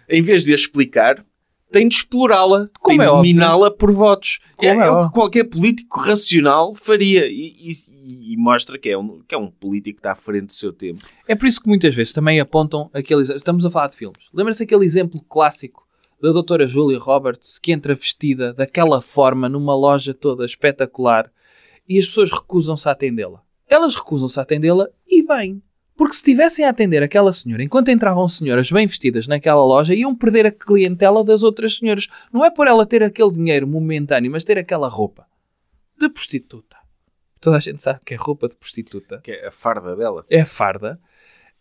[SPEAKER 2] em vez de a explicar, tem de explorá-la, tem
[SPEAKER 3] Como
[SPEAKER 2] de
[SPEAKER 3] é óbvio.
[SPEAKER 2] dominá-la por votos. É,
[SPEAKER 3] Como é
[SPEAKER 2] é o
[SPEAKER 3] óbvio.
[SPEAKER 2] que qualquer político racional faria e, e- e mostra que é, um, que é um político que está à frente do seu tempo.
[SPEAKER 3] É por isso que muitas vezes também apontam aquele exemplo. Estamos a falar de filmes. Lembra-se aquele exemplo clássico da doutora Julia Roberts que entra vestida daquela forma numa loja toda espetacular e as pessoas recusam-se a atendê-la. Elas recusam-se a atendê-la e bem. Porque se estivessem a atender aquela senhora, enquanto entravam senhoras bem vestidas naquela loja, iam perder a clientela das outras senhoras. Não é por ela ter aquele dinheiro momentâneo, mas ter aquela roupa de prostituta. Toda a gente sabe que é roupa de prostituta
[SPEAKER 2] Que é a farda dela.
[SPEAKER 3] é a farda,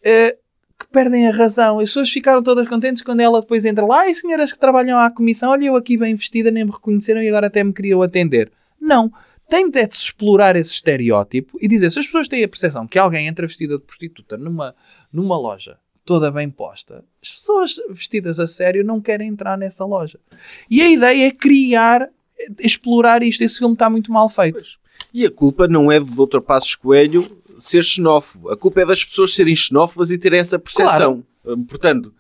[SPEAKER 3] eh, que perdem a razão. As pessoas ficaram todas contentes quando ela depois entra lá. Ai, senhoras que trabalham à comissão, olha eu aqui bem vestida, nem me reconheceram e agora até me queriam atender. Não. Tem de é de se explorar esse estereótipo e dizer, se as pessoas têm a percepção que alguém entra vestida de prostituta numa, numa loja toda bem posta, as pessoas vestidas a sério não querem entrar nessa loja. E a ideia é criar, eh, explorar isto. Esse filme está muito mal feito.
[SPEAKER 2] E a culpa não é do Dr. Passos Coelho ser xenófobo. A culpa é das pessoas serem xenófobas e terem essa percepção. Hum, Portanto,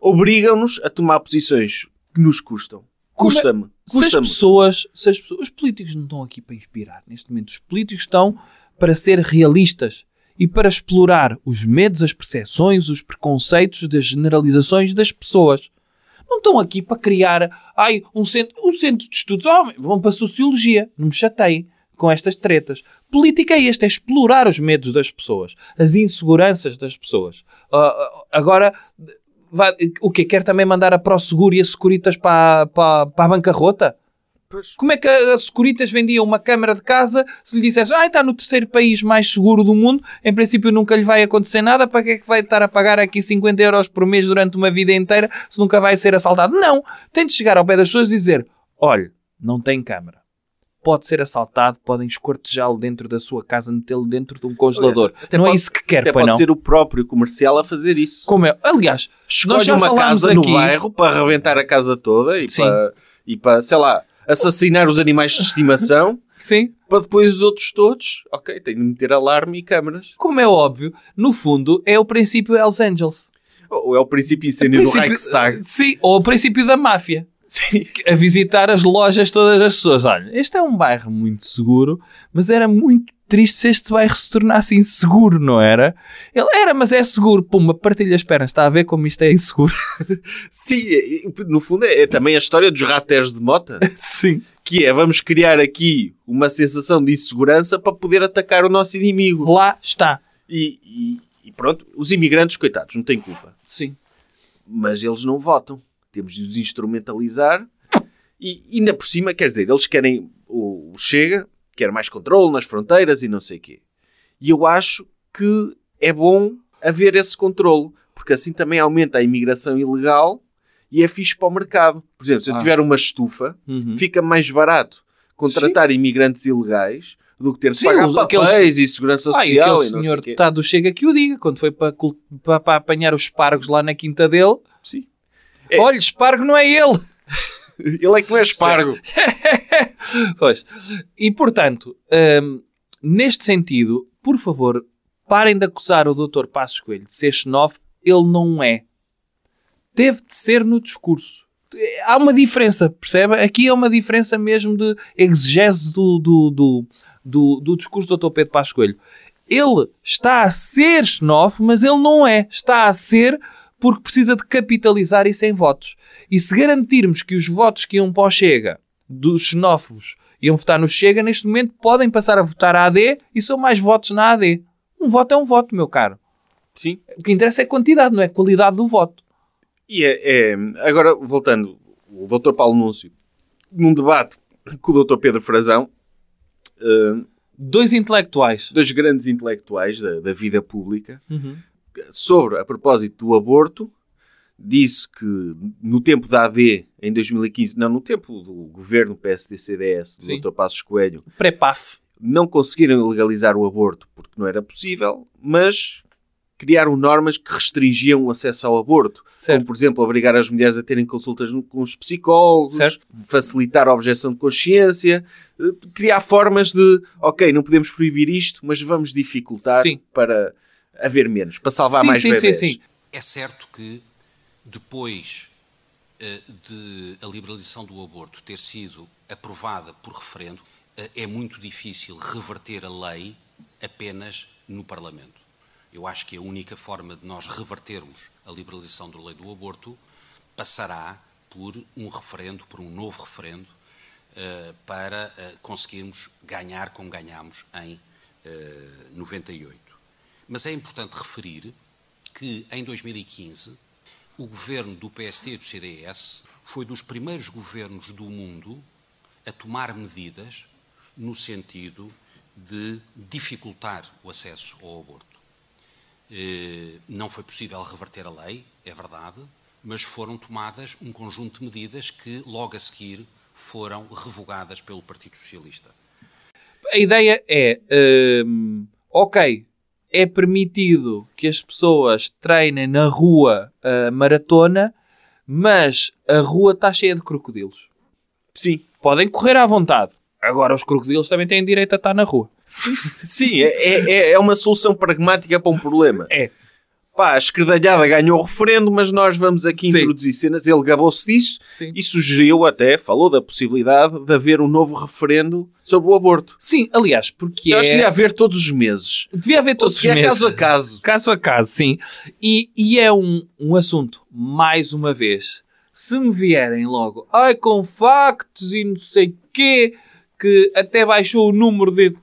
[SPEAKER 2] obrigam-nos a tomar posições que nos custam.
[SPEAKER 3] Como é-
[SPEAKER 2] Custa-me.
[SPEAKER 3] se as
[SPEAKER 2] Custa-me.
[SPEAKER 3] pessoas, se as pessoas, os políticos não estão aqui para inspirar neste momento, os políticos estão para ser realistas e para explorar os medos, as percepções, os preconceitos, das generalizações das pessoas. Não estão aqui para criar ai, um, centro, um centro de estudos. Oh, vão para a sociologia. Não me chateiem com estas tretas. Política é esta, é explorar os medos das pessoas, as inseguranças das pessoas. Ah, ah, agora, vai- o que Quer também é mandar a ProSeguro e a Securitas para, a- para, a- para a bancarrota? Como é que a a Securitas vendia uma câmara de casa se lhe dissesse ah, está no terceiro país mais seguro do mundo, em princípio nunca lhe vai acontecer nada, para que é que vai estar a pagar aqui 50 euros por mês durante uma vida inteira se nunca vai ser assaltado? Não! Tem de chegar ao pé das pessoas e dizer olha, não tem câmara. Pode ser assaltado, podem escortejá-lo dentro da sua casa, metê-lo dentro de um congelador.
[SPEAKER 2] Aliás, até
[SPEAKER 3] não é
[SPEAKER 2] pode-
[SPEAKER 3] isso que quer,
[SPEAKER 2] Até
[SPEAKER 3] pois
[SPEAKER 2] pode
[SPEAKER 3] não?
[SPEAKER 2] ser o próprio comercial a fazer isso.
[SPEAKER 3] Como é? Aliás, nós
[SPEAKER 2] Escolhe
[SPEAKER 3] já
[SPEAKER 2] uma
[SPEAKER 3] falámos
[SPEAKER 2] casa
[SPEAKER 3] aqui...
[SPEAKER 2] no bairro para arrebentar a casa toda e
[SPEAKER 3] Sim.
[SPEAKER 2] para, e para, sei lá, assassinar os animais de estimação
[SPEAKER 3] Sim.
[SPEAKER 2] para depois os outros todos, ok, tem de meter alarme e câmaras.
[SPEAKER 3] Como é óbvio, no fundo é o princípio Hells Angels.
[SPEAKER 2] Ou é o princípio
[SPEAKER 3] O
[SPEAKER 2] incêndio do Reichstag.
[SPEAKER 3] Sim, ou o princípio da máfia.
[SPEAKER 2] Sim.
[SPEAKER 3] A visitar as lojas todas as pessoas. Olha, este é um bairro muito seguro, mas era muito triste se este bairro se tornasse inseguro, não era? Ele era, mas é seguro. Pumba, partilha as pernas. Está a ver como isto é inseguro?
[SPEAKER 2] Sim, é- é- no fundo é, é também a história dos ratéis de mota,
[SPEAKER 3] Sim.
[SPEAKER 2] que é vamos criar aqui uma sensação de insegurança para poder atacar o nosso inimigo.
[SPEAKER 3] Lá está.
[SPEAKER 2] E, e- e pronto, os imigrantes, coitados, não têm culpa.
[SPEAKER 3] Sim.
[SPEAKER 2] Mas eles não votam. Temos de os instrumentalizar. E ainda por cima, quer dizer, eles querem o o Chega, quer mais controle nas fronteiras e não sei o quê. E eu acho que é bom haver esse controle, porque assim também aumenta a imigração ilegal e é fixe para o mercado. Por exemplo, se eu
[SPEAKER 3] Ah.
[SPEAKER 2] tiver uma estufa,
[SPEAKER 3] Uhum.
[SPEAKER 2] fica mais barato contratar imigrantes ilegais do que ter de
[SPEAKER 3] Sim,
[SPEAKER 2] pagar
[SPEAKER 3] os-
[SPEAKER 2] papéis
[SPEAKER 3] aqueles-
[SPEAKER 2] e segurança
[SPEAKER 3] Ah, e
[SPEAKER 2] social
[SPEAKER 3] aquele
[SPEAKER 2] e não
[SPEAKER 3] senhor
[SPEAKER 2] sei o quê.
[SPEAKER 3] deputado chega que o diga, quando foi para, cul- para, para apanhar os espargos lá na quinta dele.
[SPEAKER 2] Sim. É.
[SPEAKER 3] Olha, espargo não é ele.
[SPEAKER 2] Ele é que não é espargo.
[SPEAKER 3] Pois. E portanto, hum, neste sentido, por favor, parem de acusar o Dr. Passos Coelho de ser xenófobo. Ele não é. Teve de ser no discurso. Há uma diferença, percebe? Aqui é uma diferença mesmo de exegese do, do, do, do, do discurso do Dr. Pedro Passos Coelho. Ele está a ser xenófobo, mas ele não é. Está a ser porque precisa de capitalizar isso em votos. E se garantirmos que os votos que iam para o Chega dos xenófobos iam votar no Chega, neste momento podem passar a votar a AD e são mais votos na AD. Um voto é um voto, meu caro.
[SPEAKER 2] Sim.
[SPEAKER 3] O que interessa é quantidade, não é qualidade do voto.
[SPEAKER 2] E é, é- agora, voltando, o Dr. Paulo Núncio, num debate com o Dr. Pedro Frazão, eh,
[SPEAKER 3] Dois intelectuais.
[SPEAKER 2] dois grandes intelectuais da, da vida pública,
[SPEAKER 3] Uhum.
[SPEAKER 2] sobre, a propósito do aborto, disse que no tempo da AD, em 2015, não, no tempo do governo PSD-CDS, do
[SPEAKER 3] Sim.
[SPEAKER 2] Dr. Passos Coelho,
[SPEAKER 3] Pré-PAF.
[SPEAKER 2] não conseguiram legalizar o aborto porque não era possível, mas criaram normas que restringiam o acesso ao aborto. Como,
[SPEAKER 3] Certo.
[SPEAKER 2] por exemplo, obrigar as mulheres a terem consultas no- com os psicólogos,
[SPEAKER 3] Certo.
[SPEAKER 2] facilitar a objeção de consciência, eh, criar formas de, ok, não podemos proibir isto, mas vamos dificultar
[SPEAKER 3] Sim.
[SPEAKER 2] para haver menos, para salvar
[SPEAKER 3] sim,
[SPEAKER 2] mais
[SPEAKER 3] sim,
[SPEAKER 2] bebês.
[SPEAKER 3] sim, sim.
[SPEAKER 5] É certo que depois eh, de a liberalização do aborto ter sido aprovada por referendo, eh, é muito difícil reverter a lei apenas no Parlamento. Eu acho que a única forma de nós revertermos a liberalização da lei do aborto passará por um referendo, por um novo referendo, eh, para eh, conseguirmos ganhar como ganhámos em eh, 98. Mas é importante referir que em 2015 o governo do PSD e do CDS foi dos primeiros governos do mundo a tomar medidas no sentido de dificultar o acesso ao aborto. Eh, Não foi possível reverter a lei, é verdade, mas foram tomadas um conjunto de medidas que logo a seguir foram revogadas pelo Partido Socialista.
[SPEAKER 3] A ideia é, hum, ok, é permitido que as pessoas treinem na rua a maratona, mas a rua está cheia de crocodilos.
[SPEAKER 2] Sim,
[SPEAKER 3] Podem correr à vontade. Agora os crocodilos também têm direito a estar na rua.
[SPEAKER 2] Sim, é, é, é uma solução pragmática para um problema.
[SPEAKER 3] É.
[SPEAKER 2] Pá, a esquerdalhada ganhou o referendo, mas nós vamos aqui
[SPEAKER 3] Sim.
[SPEAKER 2] introduzir cenas. Ele gabou-se disso
[SPEAKER 3] Sim.
[SPEAKER 2] e sugeriu até, falou da possibilidade de haver um novo referendo sobre o aborto.
[SPEAKER 3] Sim, aliás, porque
[SPEAKER 2] Eu acho que
[SPEAKER 3] é...
[SPEAKER 2] devia haver todos os meses.
[SPEAKER 3] devia haver
[SPEAKER 2] Ou
[SPEAKER 3] todos os
[SPEAKER 2] seja,
[SPEAKER 3] meses.
[SPEAKER 2] caso a caso.
[SPEAKER 3] Caso a caso, sim. E, e é um, um assunto, mais uma vez, se me vierem logo, ai, com factos e não sei quê, que até baixou o número de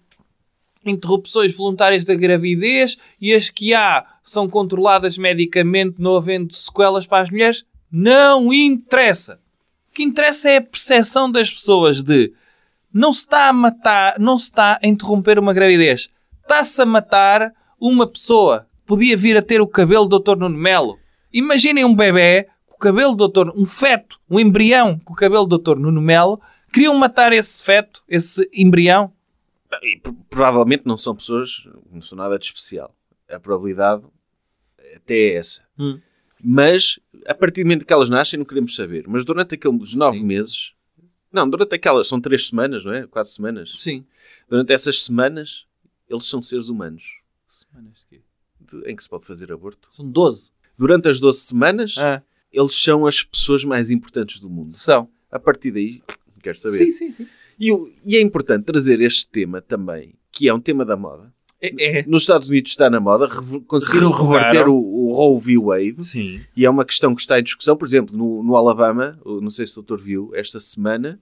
[SPEAKER 3] interrupções voluntárias da gravidez e as que há são controladas medicamente, não havendo sequelas para as mulheres, não interessa. O que interessa é a percepção das pessoas de não se está a matar, não se está a interromper uma gravidez. Está-se a matar uma pessoa que podia vir a ter o cabelo do Dr. Nuno Melo. Imaginem um bebê com o cabelo do Dr. um feto, um embrião com o cabelo do Dr. Nuno Melo. Queriam matar esse feto, esse embrião.
[SPEAKER 2] E pro- provavelmente não são pessoas, não são nada de especial. A probabilidade até é essa.
[SPEAKER 3] Hum.
[SPEAKER 2] Mas, a partir do momento que elas nascem, não queremos saber. Mas durante aqueles nove
[SPEAKER 3] Sim.
[SPEAKER 2] meses... Não, durante aquelas... São três semanas, não é? Quatro semanas.
[SPEAKER 3] Sim.
[SPEAKER 2] Durante essas semanas, eles são seres humanos. de- em que se pode fazer aborto.
[SPEAKER 3] São 12.
[SPEAKER 2] Durante as 12 semanas,
[SPEAKER 3] Ah,
[SPEAKER 2] eles são as pessoas mais importantes do mundo.
[SPEAKER 3] são.
[SPEAKER 2] A partir daí, não quero saber.
[SPEAKER 3] Sim, sim, sim.
[SPEAKER 2] E, o- e é importante trazer este tema também, que é um tema da moda.
[SPEAKER 3] É. é.
[SPEAKER 2] Nos Estados Unidos está na moda, revo- conseguiram
[SPEAKER 3] Revogaram.
[SPEAKER 2] reverter o, o Roe v. Wade,
[SPEAKER 3] Sim.
[SPEAKER 2] e é uma questão que está em discussão. Por exemplo, no, no Alabama, o- não sei se o doutor viu, esta semana,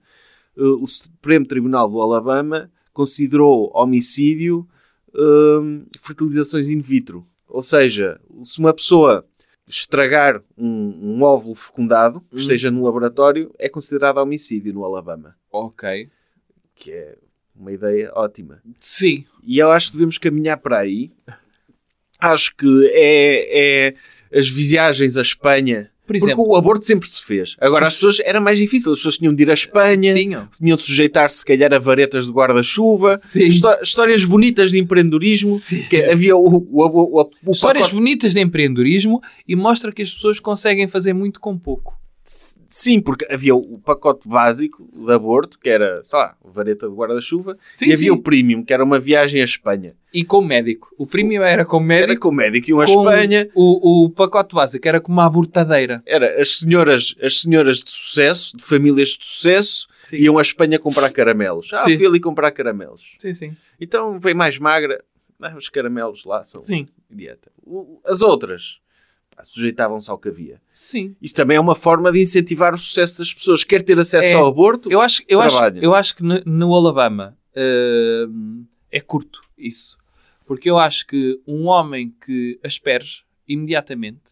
[SPEAKER 2] eh, o Supremo Tribunal do Alabama considerou ehm, homicídio hum, fertilizações in vitro. Ou seja, se uma pessoa estragar um, um óvulo fecundado
[SPEAKER 3] Hum.
[SPEAKER 2] que esteja no laboratório é considerado homicídio no Alabama.
[SPEAKER 3] Ok.
[SPEAKER 2] Que é uma ideia ótima.
[SPEAKER 3] Sim.
[SPEAKER 2] E eu acho que devemos caminhar para aí. Acho que é, é as viagens à Espanha.
[SPEAKER 3] Por exemplo.
[SPEAKER 2] Porque o aborto sempre se fez. Agora, as pessoas... Era mais difícil. As pessoas tinham de ir à Espanha.
[SPEAKER 3] Tinham.
[SPEAKER 2] Tinham de sujeitar-se, se calhar, a varetas de guarda-chuva.
[SPEAKER 3] Sim.
[SPEAKER 2] Histó- histórias bonitas de empreendedorismo.
[SPEAKER 3] Sim.
[SPEAKER 2] Que havia o, o, o, o- o
[SPEAKER 3] Histórias
[SPEAKER 2] pacote-
[SPEAKER 3] bonitas de empreendedorismo e mostra que as pessoas conseguem fazer muito com pouco.
[SPEAKER 2] Sim, porque havia o pacote básico de aborto, que era, sei lá, vareta de guarda-chuva.
[SPEAKER 3] Sim,
[SPEAKER 2] e havia
[SPEAKER 3] sim.
[SPEAKER 2] o premium, que era uma viagem à Espanha.
[SPEAKER 3] E com o médico. O premium era com o médico.
[SPEAKER 2] Era com o médico e uma
[SPEAKER 3] É com
[SPEAKER 2] Espanha.
[SPEAKER 3] O, o pacote básico era com uma abortadeira.
[SPEAKER 2] era as senhoras, as senhoras de sucesso, de famílias de sucesso,
[SPEAKER 3] Sim.
[SPEAKER 2] iam à Espanha comprar caramelos. Ah,
[SPEAKER 3] Sim.
[SPEAKER 2] fui ali comprar caramelos.
[SPEAKER 3] Sim, sim.
[SPEAKER 2] Então vem mais magra, ah, os caramelos lá são
[SPEAKER 3] Sim.
[SPEAKER 2] dieta. O- As outras pá, sujeitavam-se ao que havia.
[SPEAKER 3] Sim.
[SPEAKER 2] Isso também é uma forma de incentivar o sucesso das pessoas. Quer ter acesso
[SPEAKER 3] É.
[SPEAKER 2] ao aborto?
[SPEAKER 3] Eu acho, eu acho,
[SPEAKER 2] Trabalho.
[SPEAKER 3] eu acho que no, no Alabama hum, é curto isso. Porque eu acho que um homem que asperge imediatamente,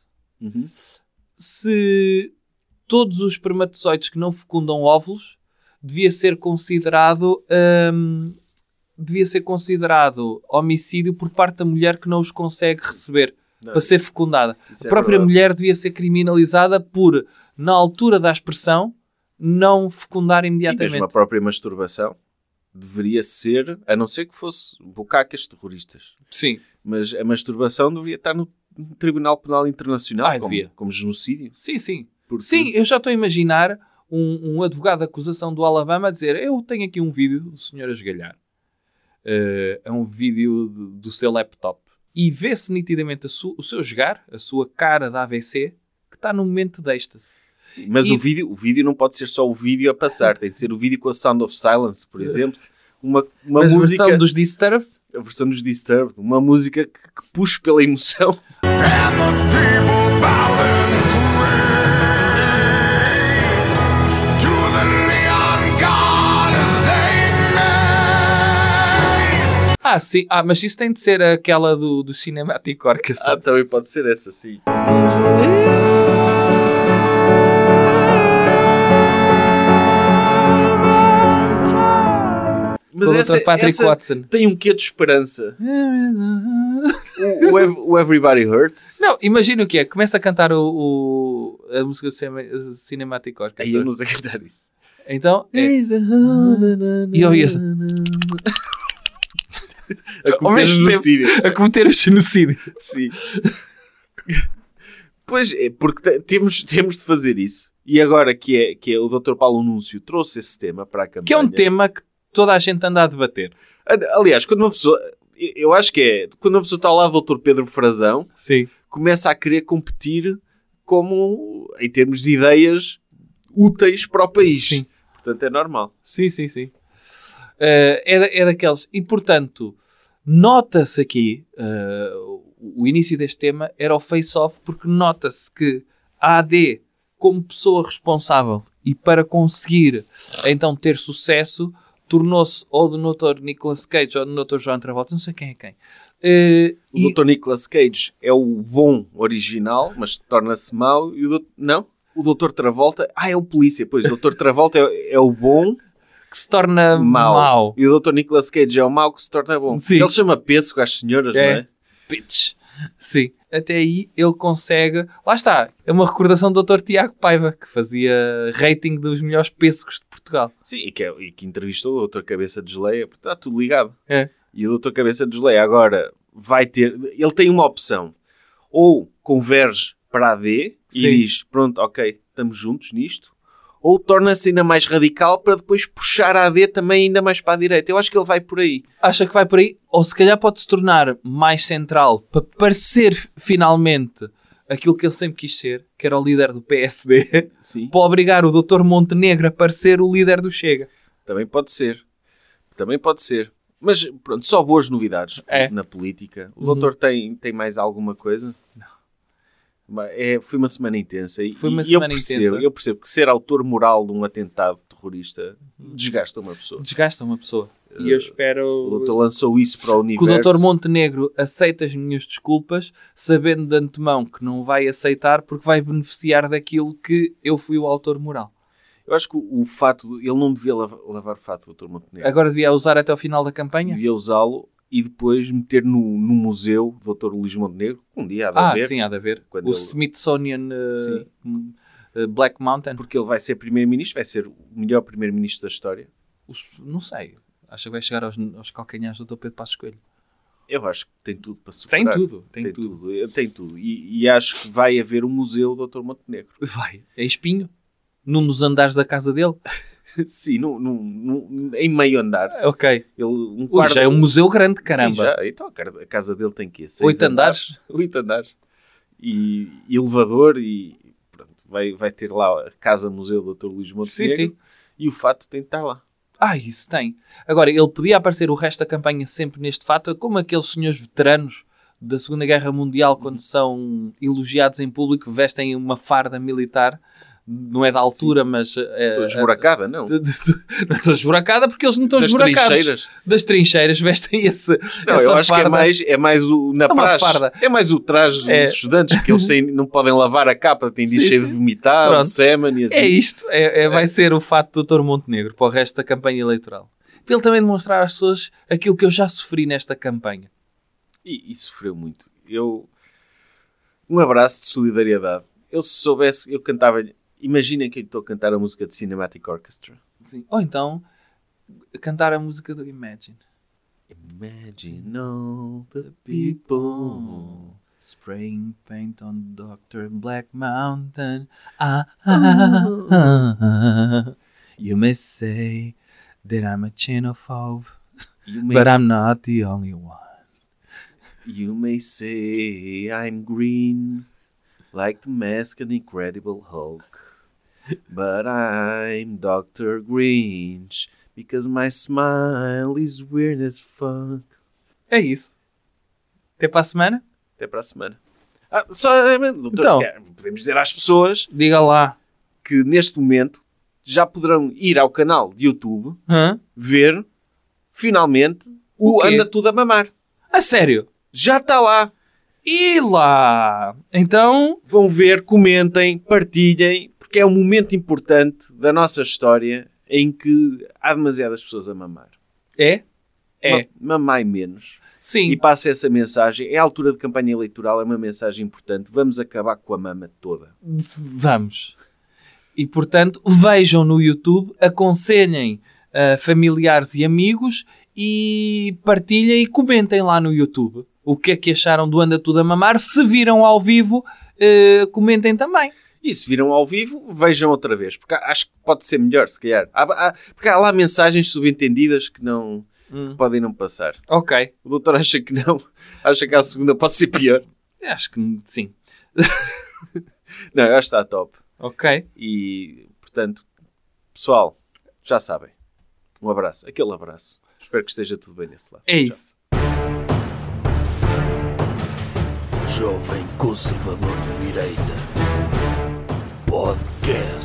[SPEAKER 2] Uhum.
[SPEAKER 3] se todos os espermatozoides que não fecundam óvulos, devia ser considerado hum, devia ser considerado homicídio por parte da mulher que não os consegue receber
[SPEAKER 2] Não,
[SPEAKER 3] para ser fecundada.
[SPEAKER 2] isso
[SPEAKER 3] A
[SPEAKER 2] é
[SPEAKER 3] própria
[SPEAKER 2] verdade.
[SPEAKER 3] mulher devia ser criminalizada por, na altura da expressão, não fecundar
[SPEAKER 2] E
[SPEAKER 3] imediatamente.
[SPEAKER 2] mesmo a própria masturbação deveria ser, a não ser que fosse bocacas terroristas.
[SPEAKER 3] Sim,
[SPEAKER 2] Mas a masturbação deveria estar no Tribunal Penal Internacional
[SPEAKER 3] Ah, devia.
[SPEAKER 2] como, como genocídio.
[SPEAKER 3] sim, sim.
[SPEAKER 2] Porque-
[SPEAKER 3] Sim, eu já estou a imaginar um, um advogado de acusação do Alabama a dizer: Eu tenho aqui um vídeo do Sr. Esgalhar. Eh, é um vídeo de- do seu laptop. E vê-se nitidamente a su- o seu jogar, a sua cara da AVC, que está no momento de êxtase.
[SPEAKER 2] Mas
[SPEAKER 3] E-
[SPEAKER 2] o, vídeo, o vídeo não pode ser só o vídeo a passar, tem de ser o vídeo com a Sound of Silence, por exemplo. Uma, uma
[SPEAKER 3] Mas a
[SPEAKER 2] música,
[SPEAKER 3] versão dos Disturbed
[SPEAKER 2] a versão dos Disturbed, uma música que, que puxe pela emoção.
[SPEAKER 3] Ah, sim. Ah, mas isso tem de ser aquela do, do Cinematic Orchestra.
[SPEAKER 2] Ah, também pode ser essa, sim. Mas
[SPEAKER 3] do
[SPEAKER 2] essa,
[SPEAKER 3] Dr. Patrick
[SPEAKER 2] essa
[SPEAKER 3] Watson.
[SPEAKER 2] tem um quê de esperança. O, o Ev- o Everybody Hurts.
[SPEAKER 3] Não, imagina o que é. Começa a cantar o, o- a música do Cine- Cinematic
[SPEAKER 2] Aí
[SPEAKER 3] Orchestra.
[SPEAKER 2] eu não sei tá cantar isso.
[SPEAKER 3] Então, é. E eu ia
[SPEAKER 2] A
[SPEAKER 3] Ao
[SPEAKER 2] cometer
[SPEAKER 3] mesmo tempo.
[SPEAKER 2] genocídio.
[SPEAKER 3] a cometer o genocídio.
[SPEAKER 2] Sim. pois é, porque te- temos, temos de fazer isso. E agora que é, que é o Dr. Paulo Núncio trouxe esse tema para a campanha.
[SPEAKER 3] Que é um tema que toda a gente anda a debater.
[SPEAKER 2] A- Aliás, quando uma pessoa. eu- Eu acho que é. Quando uma pessoa está lá, Dr. Pedro Frazão,
[SPEAKER 3] Sim.
[SPEAKER 2] começa a querer competir como. em termos de ideias úteis para o país.
[SPEAKER 3] Sim.
[SPEAKER 2] Portanto, é normal.
[SPEAKER 3] Sim, sim, sim. Eh, é, da- é daqueles. E portanto, nota-se aqui eh, o o início deste tema era o face-off, porque nota-se que a AD, como pessoa responsável e para conseguir então ter sucesso, tornou-se ou do Dr. Nicolas Cage ou do Dr. João Travolta, não sei quem é quem. Eh,
[SPEAKER 2] O
[SPEAKER 3] e-
[SPEAKER 2] Dr. Nicolas Cage é o bom original, mas torna-se mau. E o doutor, não? O Dr. Travolta. Ah, é o polícia. Pois, o Dr. Travolta é- é o bom.
[SPEAKER 3] que se torna
[SPEAKER 2] mau.
[SPEAKER 3] mau.
[SPEAKER 2] E o Dr. Nicolas Cage é o mau que se torna bom.
[SPEAKER 3] Sim.
[SPEAKER 2] Ele chama pêssego às senhoras, não é?
[SPEAKER 3] Bitch. Sim. Até aí ele consegue. Lá está. É uma recordação do Dr. Tiago Paiva, que fazia rating dos melhores pêssegos de Portugal.
[SPEAKER 2] Sim, e que, é- e que entrevistou o Dr. Cabeça de Geleia, porque está tudo ligado.
[SPEAKER 3] É.
[SPEAKER 2] E o Dr. Cabeça de Geleia agora vai ter... Ele tem uma opção. Ou converge para a D e
[SPEAKER 3] Sim.
[SPEAKER 2] diz, pronto, ok, estamos juntos nisto. Ou torna-se ainda mais radical para depois puxar a AD também ainda mais para a direita. Eu acho que ele vai por aí.
[SPEAKER 3] Acha que vai por aí? Ou se calhar pode se tornar mais central para parecer f- finalmente aquilo que ele sempre quis ser, que era o líder do PSD,
[SPEAKER 2] Sim.
[SPEAKER 3] para obrigar o Dr. Montenegro a parecer o líder do Chega.
[SPEAKER 2] Também pode ser. Também pode ser. Mas pronto, só boas novidades
[SPEAKER 3] É.
[SPEAKER 2] na política. O doutor tem, tem mais alguma coisa? Não. É, foi uma semana intensa. E,
[SPEAKER 3] Foi uma
[SPEAKER 2] e
[SPEAKER 3] semana
[SPEAKER 2] eu percebo,
[SPEAKER 3] intensa.
[SPEAKER 2] Eu
[SPEAKER 3] Uhum.
[SPEAKER 2] percebo que ser autor moral de um atentado terrorista desgasta uma pessoa. Uh,
[SPEAKER 3] Desgasta uma pessoa. E eu espero.
[SPEAKER 2] O doutor lançou isso para o
[SPEAKER 3] que o
[SPEAKER 2] universo.
[SPEAKER 3] Dr. Montenegro aceita as minhas desculpas, sabendo de antemão que não vai aceitar porque vai beneficiar daquilo que eu fui o autor moral.
[SPEAKER 2] Eu acho que o, o fato... Ele não devia lavar, lavar fato, doutor Montenegro.
[SPEAKER 3] Agora devia usar até o final da campanha?
[SPEAKER 2] É. Devia usá-lo e depois meter no, no museu do doutor Luís Montenegro. Um dia há de
[SPEAKER 3] Ah,
[SPEAKER 2] haver.
[SPEAKER 3] sim, há de haver.
[SPEAKER 2] Quando
[SPEAKER 3] o
[SPEAKER 2] ele-
[SPEAKER 3] Smithsonian eh,
[SPEAKER 2] Sim.
[SPEAKER 3] hum, eh, Black Mountain.
[SPEAKER 2] Porque ele vai ser primeiro-ministro, vai ser o melhor primeiro-ministro da história.
[SPEAKER 3] Os- não sei. Acho que vai chegar aos, aos calcanhares do Dr. Pedro Passos Coelho.
[SPEAKER 2] Eu acho que tem tudo para superar.
[SPEAKER 3] Tem tudo, tem,
[SPEAKER 2] Tem
[SPEAKER 3] tudo.
[SPEAKER 2] tudo. eu- Tem tudo. E, e acho que vai haver um museu do Dr. Montenegro.
[SPEAKER 3] Vai. É espinho. Num dos andares da casa dele.
[SPEAKER 2] Sim, num- num- num- em meio andar.
[SPEAKER 3] Ah, Ok.
[SPEAKER 2] Ele, um
[SPEAKER 3] Ui,
[SPEAKER 2] quarto-
[SPEAKER 3] já é um museu grande,
[SPEAKER 2] Sim,
[SPEAKER 3] caramba.
[SPEAKER 2] já. Então a cara- a casa dele tem que
[SPEAKER 3] Oito andares.
[SPEAKER 2] Oito andares. E elevador e pronto. Vai, vai ter lá a casa museu do Dr. Luís Montenegro.
[SPEAKER 3] Sim, sim.
[SPEAKER 2] E o fato tem que estar lá.
[SPEAKER 3] Ah, isso tem. Agora, ele podia aparecer o resto da campanha sempre neste fato, como aqueles senhores veteranos da Segunda Guerra
[SPEAKER 2] Uhum.
[SPEAKER 3] Mundial, quando são elogiados em público, vestem uma farda militar, não é da altura, mas... eh,
[SPEAKER 2] Estou
[SPEAKER 3] eh,
[SPEAKER 2] esburacada, não.
[SPEAKER 3] tu- tu- tu- Não estou esburacada porque eles não estão
[SPEAKER 2] Das
[SPEAKER 3] esburacados.
[SPEAKER 2] trincheiras.
[SPEAKER 3] Das trincheiras vestem esse,
[SPEAKER 2] Não,
[SPEAKER 3] essa
[SPEAKER 2] eu acho
[SPEAKER 3] farda.
[SPEAKER 2] que é mais, é mais o, na
[SPEAKER 3] É uma
[SPEAKER 2] praxe.
[SPEAKER 3] farda.
[SPEAKER 2] É mais o traje
[SPEAKER 3] É.
[SPEAKER 2] dos estudantes, que eles têm- não podem lavar a capa, têm de
[SPEAKER 3] Sim,
[SPEAKER 2] cheio
[SPEAKER 3] sim.
[SPEAKER 2] de vomitar,
[SPEAKER 3] Pronto.
[SPEAKER 2] de sêmen e assim.
[SPEAKER 3] É isto. É, é- vai ser o fato do Dr. Montenegro para o resto da campanha eleitoral. Para ele também demonstrar às pessoas aquilo que eu já sofri nesta campanha.
[SPEAKER 2] E, e sofreu muito. Eu. Um abraço de solidariedade. Eu, se soubesse, eu cantava. Imaginem que eu estou a cantar a música de Cinematic Orchestra.
[SPEAKER 3] Sim. Ou então, cantar a música do Imagine.
[SPEAKER 2] Imagine all the people.
[SPEAKER 3] Spraying paint on Dr. Black Mountain. Ah, ah, ah, ah. You may say that I'm a xenophobe,
[SPEAKER 2] You may,
[SPEAKER 3] but I'm not the only one.
[SPEAKER 2] you may say I'm green, like the mask in Incredible Hulk. But I'm Dr. Grinch, because my smile is weird as fuck.
[SPEAKER 3] É isso. Até para a semana.
[SPEAKER 2] Até para a semana. Ah, só,
[SPEAKER 3] Então.
[SPEAKER 2] então, podemos dizer às pessoas
[SPEAKER 3] Diga lá.
[SPEAKER 2] que neste momento já poderão ir ao canal de YouTube
[SPEAKER 3] Hã?
[SPEAKER 2] ver finalmente o,
[SPEAKER 3] O quê?
[SPEAKER 2] Anda Tudo a Mamar.
[SPEAKER 3] A sério?
[SPEAKER 2] Já está lá.
[SPEAKER 3] E lá! Então,
[SPEAKER 2] Vão ver, comentem, partilhem, porque é um momento importante da nossa história em que há demasiadas pessoas a mamar.
[SPEAKER 3] é? É.
[SPEAKER 2] Ma- mamai menos.
[SPEAKER 3] Sim.
[SPEAKER 2] E passa essa mensagem. Em altura de campanha eleitoral é uma mensagem importante. Vamos acabar com a mama toda.
[SPEAKER 3] Vamos. E portanto, vejam no YouTube, aconselhem ah, familiares e amigos e partilhem e comentem lá no YouTube o que é que acharam do Anda Tudo a Mamar. Se viram ao vivo, eh, comentem também.
[SPEAKER 2] E se viram ao vivo, vejam outra vez, porque acho que pode ser melhor, se calhar. Há- há- porque há lá mensagens subentendidas que não
[SPEAKER 3] Hum.
[SPEAKER 2] que podem não passar.
[SPEAKER 3] Ok,
[SPEAKER 2] O doutor acha que não, acha que a segunda pode ser pior.
[SPEAKER 3] acho que sim.
[SPEAKER 2] Não, eu acho que está top.
[SPEAKER 3] Ok, É
[SPEAKER 2] E, portanto, pessoal, já sabem. Um abraço, aquele abraço. Espero que esteja tudo bem nesse lado.
[SPEAKER 3] é isso.
[SPEAKER 1] Jovem Conservador de Direita. Podcast.